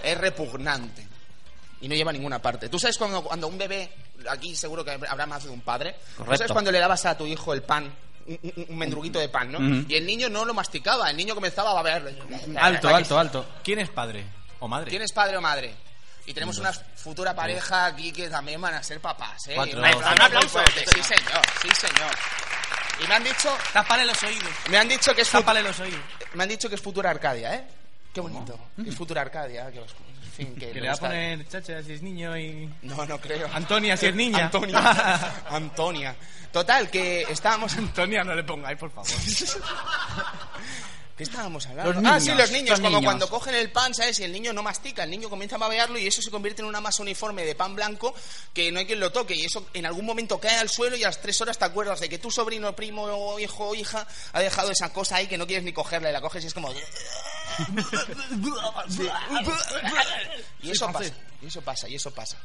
Es repugnante y no lleva a ninguna parte. ¿Tú sabes cuando, cuando un bebé, aquí seguro que habrá más de un padre, ¿tú sabes Correcto. cuando le dabas a tu hijo el pan, un, un- un mendruguito de pan, ¿no? Ujú. Y el niño no lo masticaba, el niño comenzaba a babear. Alto, alto, alto. ¿Quién es padre? O Oh, madre. Tienes padre o madre. Y tenemos Dos. una futura pareja aquí que también van a ser papás, ¿eh? Cuatro. Un aplauso Un aplauso. fuerte, Sí, señor, sí, señor. Y me han dicho... Tapale los oídos. Me han dicho que es... Tapale los oídos. Me han dicho que es futura Arcadia, ¿eh? Qué bonito. Que Es futura Arcadia. Que, los- en fin, que Que lo le va a está- poner chacha si es niño y. No, no creo. Antonia si es niña. Eh, Antonia. Antonia. Total, que estábamos... Antonia, no le pongáis, por favor. ¿Qué estábamos hablando? Los ah, niños, sí, los niños, los como niños. cuando cogen el pan, ¿sabes? Y el niño no mastica, el niño comienza a babearlo y eso se convierte en una masa uniforme de pan blanco que no hay quien lo toque. Y eso en algún momento cae al suelo y a las tres horas te acuerdas de que tu sobrino, primo, o hijo o hija ha dejado esa cosa ahí que no quieres ni cogerla y la coges y es como... Y eso pasa, y eso pasa, y eso pasa.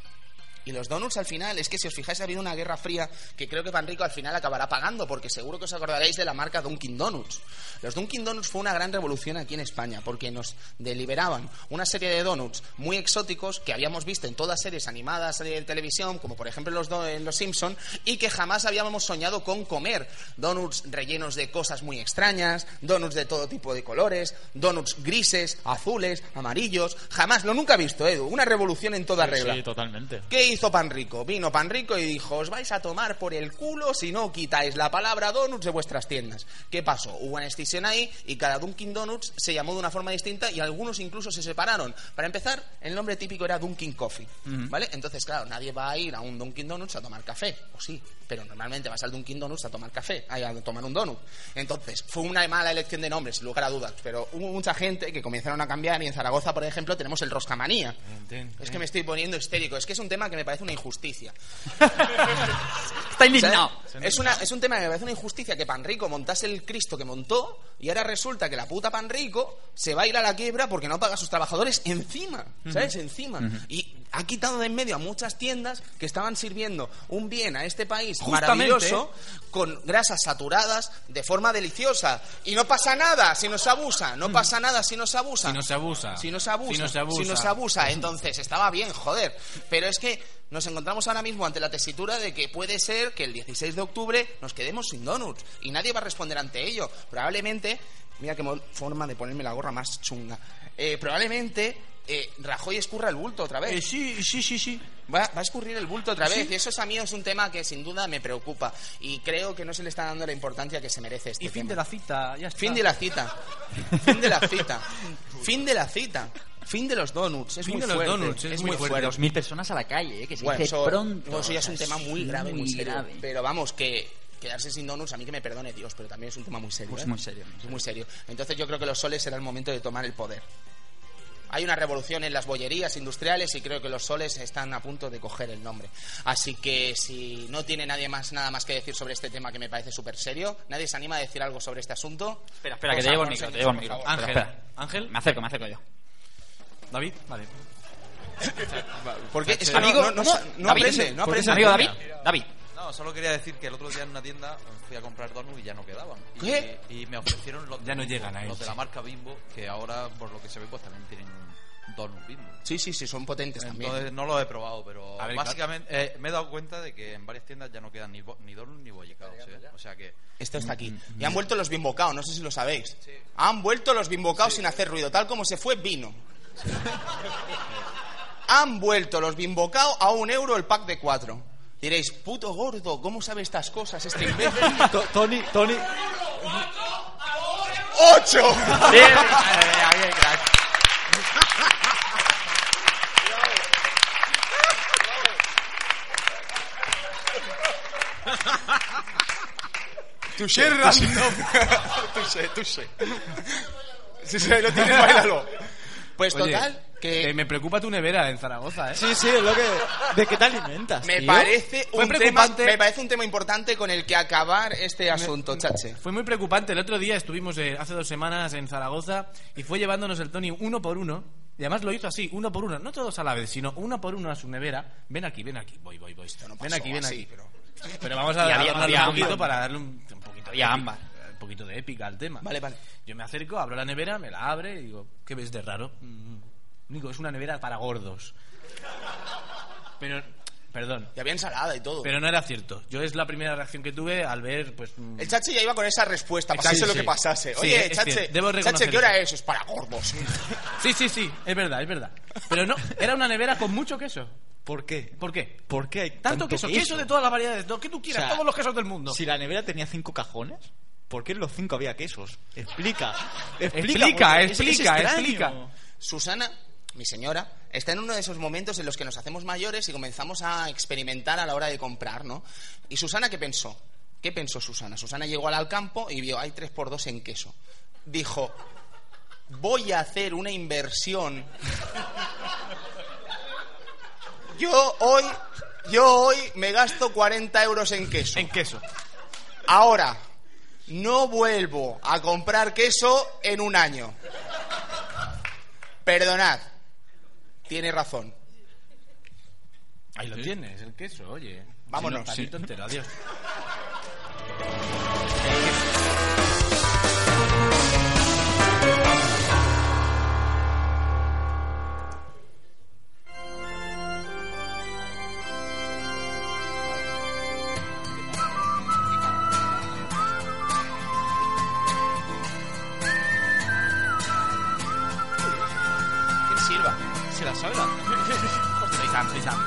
Y los donuts al final, es que si os fijáis ha habido una guerra fría que creo que Panrico al final acabará pagando, porque seguro que os acordaréis de la marca Dunkin' Donuts. Los Dunkin' Donuts fue una gran revolución aquí en España, porque nos deliberaban una serie de donuts muy exóticos que habíamos visto en todas series animadas de televisión, como por ejemplo los do- en Los Simpson, y que jamás habíamos soñado con comer. Donuts rellenos de cosas muy extrañas, donuts de todo tipo de colores, donuts grises, azules, amarillos, jamás, lo nunca he visto, Edu, una revolución en toda regla. Sí, totalmente. ¿Qué hizo Panrico? Vino Panrico y dijo, os vais a tomar por el culo si no quitáis la palabra donuts de vuestras tiendas. ¿Qué pasó? Hubo una decisión ahí y cada Dunkin' Donuts se llamó de una forma distinta y algunos incluso se separaron. Para empezar, el nombre típico era Dunkin' Coffee, Ujú. ¿vale? Entonces, claro, nadie va a ir a un Dunkin' Donuts a tomar café, o sí, pero normalmente vas al Dunkin' Donuts a tomar café, ay, a tomar un donut. Entonces, fue una mala elección de nombres, sin lugar a dudas, pero hubo mucha gente que comenzaron a cambiar y en Zaragoza, por ejemplo, tenemos el Roscamanía. Es que me estoy poniendo histérico. Es que es un tema que me parece una injusticia. Está indignado. Es, una, es un tema que me parece una injusticia que Panrico montase el Cristo que montó y ahora resulta que la puta Panrico se va a ir a la quiebra porque no paga a sus trabajadores encima. ¿Sabes? Ujú. Encima. Ujú. Y ha quitado de en medio a muchas tiendas que estaban sirviendo un bien a este país Justamente. maravilloso con grasas saturadas de forma deliciosa. Y no pasa nada si nos abusa. No pasa nada si nos abusa. Si no se abusa. Si no se abusa. Si no se abusa. Si no se abusa. Entonces, estaba bien, joder. Pero es que nos encontramos ahora mismo ante la tesitura de que puede ser que el 16 de octubre nos quedemos sin donuts. Y nadie va a responder ante ello. Probablemente... Mira qué mo- forma de ponerme la gorra más chunga. Eh, probablemente... eh, Rajoy escurra el bulto otra vez. Eh, sí, sí, sí, sí. Va, va a escurrir el bulto otra vez. Sí. Y eso a mí es un tema que sin duda me preocupa. Y creo que no se le está dando la importancia que se merece este Y fin tema. de la cita, ya está. Fin de la cita. Fin de la cita. Fin de la cita. Fin de los donuts. Es Fin muy de los fuerte. donuts, es muy fuerte. fuerte. 2.000 personas a la calle, eh, que se Bueno, dice eso, pronto. eso ya es un O sea, tema muy grave, muy, serio. grave. Pero vamos, que quedarse sin donuts, a mí que me perdone Dios, pero también es un tema muy serio. Pues ¿eh? muy serio, Es muy serio. Entonces yo creo que los soles será el momento de tomar el poder. Hay una revolución en las bollerías industriales y creo que los soles están a punto de coger el nombre. Así que si no tiene nadie más nada más que decir sobre este tema que me parece súper serio, nadie se anima a decir algo sobre este asunto. Espera, que te llevo el micro, te llevo el micro. Espera, Ángel, espera. Ángel. Me acerco, me acerco yo. David, vale. Porque es que Amigo, no, no, no, no, no David, aprende, no Pues ¿por qué aprende. se Amigo, David, David. No, solo quería decir que el otro día en una tienda fui a comprar donuts y ya no quedaban. Y- ¿Qué? Y, me ofrecieron los, Ya no llegan a los de Elche. la marca Bimbo, que ahora, por lo que se ve, pues también tienen donuts Bimbo. Sí, sí, sí, son potentes también. Entonces no lo he probado, pero A ver, básicamente eh, me he dado cuenta de que en varias tiendas ya no quedan ni, bo- ni donuts ni bollicados. ¿eh? O sea que... Esto está aquí. Y han vuelto los bimbocaos, no sé si lo sabéis. Han vuelto los bimbocaos sin hacer ruido, tal como se fue, vino. han vuelto los bimbocaos a un euro el pack de cuatro. Diréis, puto gordo, ¿cómo sabe estas cosas este imbécil? Tony, Tony. ¡Ocho! Bien, Touché, Random. touché, touché. Si se lo tienes, bailalo. Pues Oye, total, que... eh, me preocupa tu nevera en Zaragoza, ¿eh? Sí, sí, es lo que. ¿De qué te alimentas? Me tío? parece, ¿Ah, Fue un tema, preocupante. me parece un tema importante con el que acabar este asunto, chache. Fue muy preocupante. El otro día estuvimos eh, hace dos semanas en Zaragoza y fue llevándonos el Tony uno por uno. Y además lo hizo así, uno por uno. No todos a la vez, sino uno por uno a su nevera. Ven aquí, ven aquí. Voy, voy, voy. ven pasó aquí, ven así, aquí. pero- Pero vamos a Y había- darle había un poquito ámbar. para darle un, un poquito Había de ámbar. épica, un poquito de épica al tema. Vale, vale. Yo me acerco, abro la nevera, me la abre y digo, ¿qué ves mm. de raro? Mm, Digo, es una nevera para gordos. Pero Perdón. Y había ensalada y todo. Pero no era cierto. Yo es la primera reacción que tuve al ver, pues. mm, El chache ya iba con esa respuesta, Exacto, pasase lo sí. que pasase. Sí, Oye, es chache, cierto. Debo chache, reconocer ¿qué hora eso. es? Es para gordos. Sí, sí, sí, es verdad, es verdad. Pero no, era una nevera con mucho queso. ¿Por qué? ¿Por qué? ¿Por qué hay Tanto queso, queso de todas las variedades, lo que tú quieras, O sea, todos los quesos del mundo. Si la nevera tenía cinco cajones, ¿por qué en los cinco había quesos? Explica. Explica, Explica, porque es- es extraño. Susana, mi señora, está en uno de esos momentos en los que nos hacemos mayores y comenzamos a experimentar a la hora de comprar, ¿no? ¿Y Susana qué pensó? ¿Qué pensó Susana? Susana llegó al campo y vio, hay 3x2 en queso. Dijo, voy a hacer una inversión. Yo hoy, yo hoy me gasto 40 euros en queso. En queso. Ahora, no vuelvo a comprar queso en un año. Perdonad, tiene razón. Ahí lo tienes, el queso, oye. Vámonos. Si no, palito entero, adiós. ¿Quién silba? ¿Se la sabe la? Soy Sam, soy Sam.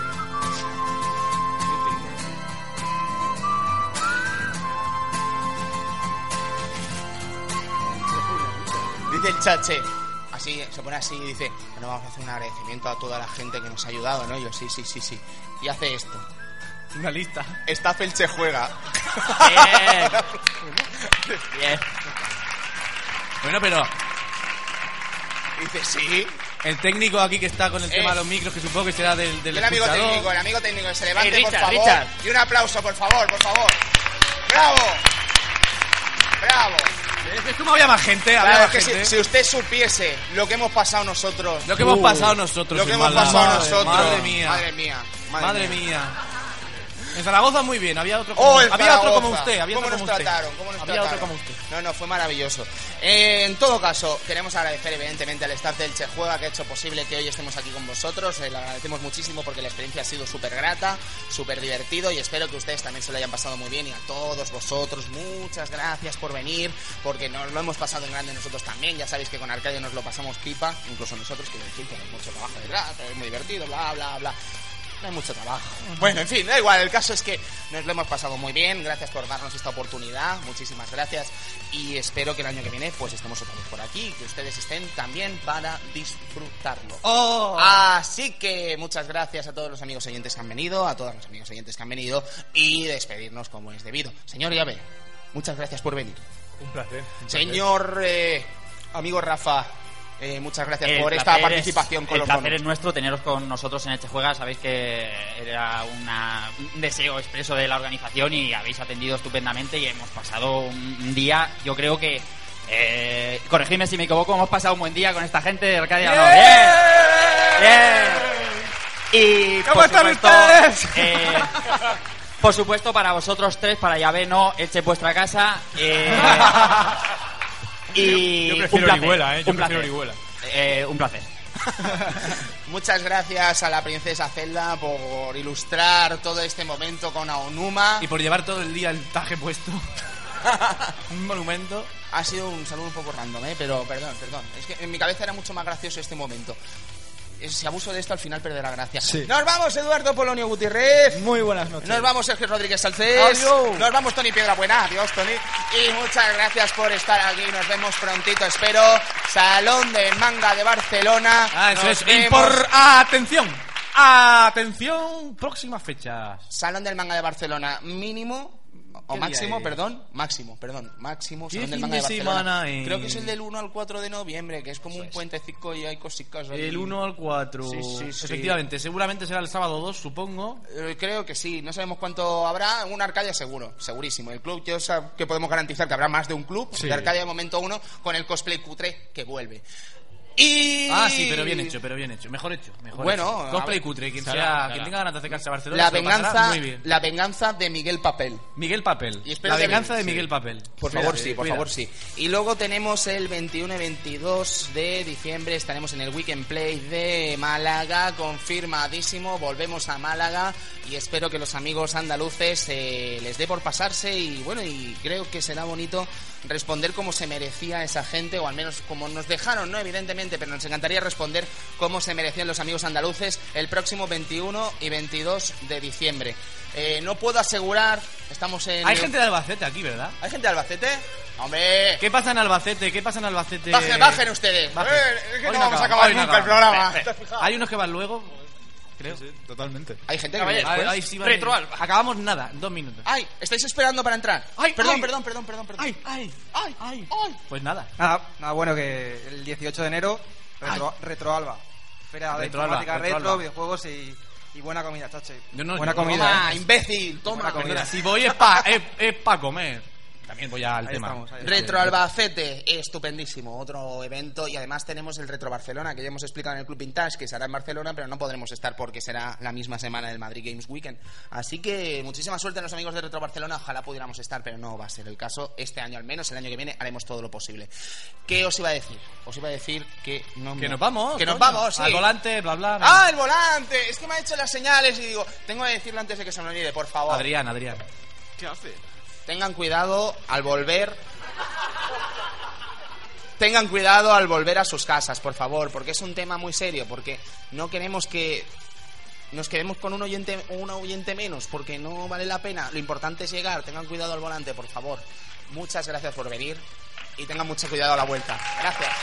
Dice el chache, así, se pone así y dice, bueno, vamos a hacer un agradecimiento a toda la gente que nos ha ayudado, ¿no? Y yo, sí, sí, sí, sí. Y hace esto. Una lista. Está Felche juega. Bien. Bueno, pero Dice, sí. el técnico aquí que está con el Eh. tema de los micros, que supongo que será del, del El amigo escuchador. técnico, el amigo técnico, que se levante, Eh, Richard, por favor. Richard. Y un aplauso, por favor, por favor. ¡Bravo! ¡Bravo! Es como había más gente, había Claro, más es que gente. si, si usted supiese lo que hemos pasado nosotros. Uh, Lo que hemos pasado nosotros, Lo que en hemos Málaga. pasado Madre, nosotros. madre mía. Madre mía. Madre, mía. En Zaragoza muy bien, había otro como, Oh, el había otro Zaragoza. como usted, había ¿Cómo otro nos como usted. trataron? ¿Cómo nos había trataron? otro como usted. No, no, fue maravilloso. Eh, en todo caso, queremos agradecer evidentemente al staff del Che Juega que ha hecho posible que hoy estemos aquí con vosotros. Eh, lo agradecemos muchísimo porque la experiencia ha sido súper grata, súper divertido y espero que ustedes también se lo hayan pasado muy bien. Y a todos vosotros, muchas gracias por venir porque nos lo hemos pasado en grande nosotros también. Ya sabéis que con Arcadio nos lo pasamos pipa, incluso nosotros, que decir, tenemos mucho trabajo detrás, pero es muy divertido, bla, bla, bla. No hay mucho trabajo. Bueno, en fin, da igual. El caso es que nos lo hemos pasado muy bien. Gracias por darnos esta oportunidad. Muchísimas gracias. Y espero que el año que viene pues estemos otra vez por aquí. Que ustedes estén también para disfrutarlo. Oh. Oh, Así que muchas gracias a todos los amigos oyentes que han venido. A todos los amigos oyentes que han venido. Y despedirnos como es debido. Señor Llave, muchas gracias por venir. Un placer. un placer. Señor eh, amigo Rafa, eh, muchas gracias El por esta placer es- participación con el los placer monos. es nuestro teneros con nosotros en este juega. Sabéis que era una- un deseo expreso de la organización y habéis atendido estupendamente y hemos pasado un un día, yo creo que... Eh, corregidme si me equivoco, hemos pasado un buen día con esta gente de Arcadia. ¿no? ¡Bien! ¡Bien! Y, ¿Cómo por están supuesto, ustedes? eh, por supuesto, para vosotros tres, para Llave no, eche vuestra casa. eh, y Yo un prefiero placer, Orihuela, ¿eh? Yo un prefiero placer. Orihuela. Eh, un placer. Muchas gracias a la princesa Zelda por ilustrar todo este momento con Aonuma. Y por llevar todo el día el taje puesto. un monumento. Ha sido un saludo un poco random, ¿eh? pero perdón, perdón. Es que en mi cabeza era mucho más gracioso este momento. Eh, Si abuso de esto, al final perderá gracia. Sí. Nos vamos, Eduardo Polonio Gutiérrez. Muy buenas noches. Nos vamos, Sergio Rodríguez Salcés. Adiós. Nos vamos, Tony Piedra Buena. Adiós, Tony. Y muchas gracias por estar aquí. Nos vemos prontito, espero. Salón de Manga de Barcelona. Ah, eso Nos es. Y vemos. por- ¡Atención! ¡Atención! Próximas fechas. Salón del Manga de Barcelona mínimo o ¿Qué máximo, día es? perdón, máximo, perdón, máximo ¿Qué Salón del fin Manga de de Barcelona. semana es? Creo que es el del 1 al 4 de noviembre, que es como un puentecico y hay cositas ahí. El 1 al 4. Sí, sí, sí. Efectivamente, seguramente será el sábado 2, supongo. Eh, Creo que sí, no sabemos cuánto habrá, un Arcadia seguro, segurísimo. El club, yo sé que podemos garantizar que habrá más de un club Sí. de Arcadia de momento uno con el cosplay cutre que vuelve. Y... Ah, sí, pero bien hecho, pero bien hecho. Mejor hecho, mejor Bueno, hecho. a Cosplay ver. cutre, quien, Sara, sea, Sara. quien tenga ganas de acercarse a Barcelona. La se lo pasará venganza, Muy bien. la venganza de Miguel Papel. Miguel Papel. Y espero La que- venganza de sí. Miguel Papel. Por Cuida, favor, eh, sí, por cuida. favor, sí. Y luego tenemos el 21 y 22 de diciembre, estaremos en el Weekend Play de Málaga, confirmadísimo, volvemos a Málaga y espero que los amigos andaluces eh, les dé por pasarse y bueno, y creo que será bonito responder como se merecía esa gente, o al menos como nos dejaron, ¿no? Evidentemente, pero nos encantaría responder como se merecían los amigos andaluces el próximo 21 y 22 de diciembre. Eh, no puedo asegurar, estamos en... Hay gente de Albacete aquí, ¿verdad? ¿Hay gente de Albacete? ¡Hombre! ¿Qué pasa en Albacete? ¿Qué pasa en Albacete? Bajen, bajen ustedes. Bajen. Eh, es que Hoy no vamos a acaba, acabar hoy no nunca el acaba. programa. Espera, espera. Hay unos que van luego, creo. totalmente. Hay gente que Caballeros, viene después. ahí sí van- Acabamos nada, dos minutos. ¡Ay! ¿Estáis esperando para entrar? ¡Ay! Perdón, ay. perdón, perdón, perdón, perdón. ¡Ay! ¡Ay! ¡Ay! ¡Ay! Pues nada. Nada, nada Ah, bueno que el 18 de enero, Retro, Retroalba. Feria de Retroalba, informática retro, Retroalba. videojuegos y, y buena comida, chache. Yo no- buena yo- comida. Toma, ¿eh? imbécil, toma. Buena comida. Mira, si voy es para es, pa comer. También voy al Ahí tema. estamos, ahí Este- Retro Albacete, estupendísimo, otro evento y además tenemos el Retro Barcelona que ya hemos explicado en el Club Vintage que será en Barcelona pero no podremos estar porque será la misma semana del Madrid Games Weekend. Así que muchísima suerte a los amigos de Retro Barcelona, ojalá pudiéramos estar pero no va a ser el caso este año al menos, el año que viene haremos todo lo posible. ¿Qué os iba a decir? Os iba a decir que no Que me- nos vamos. Que nos coño. vamos, sí. Al volante, bla, bla. bla. ¡Ah, el volante! Es que me ha hecho las señales y digo, tengo que decirlo antes de que se me olvide, por favor. Adrián, Adrián. ¿Qué hace? Tengan cuidado al volver. Tengan cuidado al volver a sus casas, por favor, porque es un tema muy serio, porque no queremos que nos quedemos con un oyente, un oyente menos, porque no vale la pena. Lo importante es llegar. Tengan cuidado al volante, por favor. Muchas gracias por venir y tengan mucho cuidado a la vuelta. Gracias.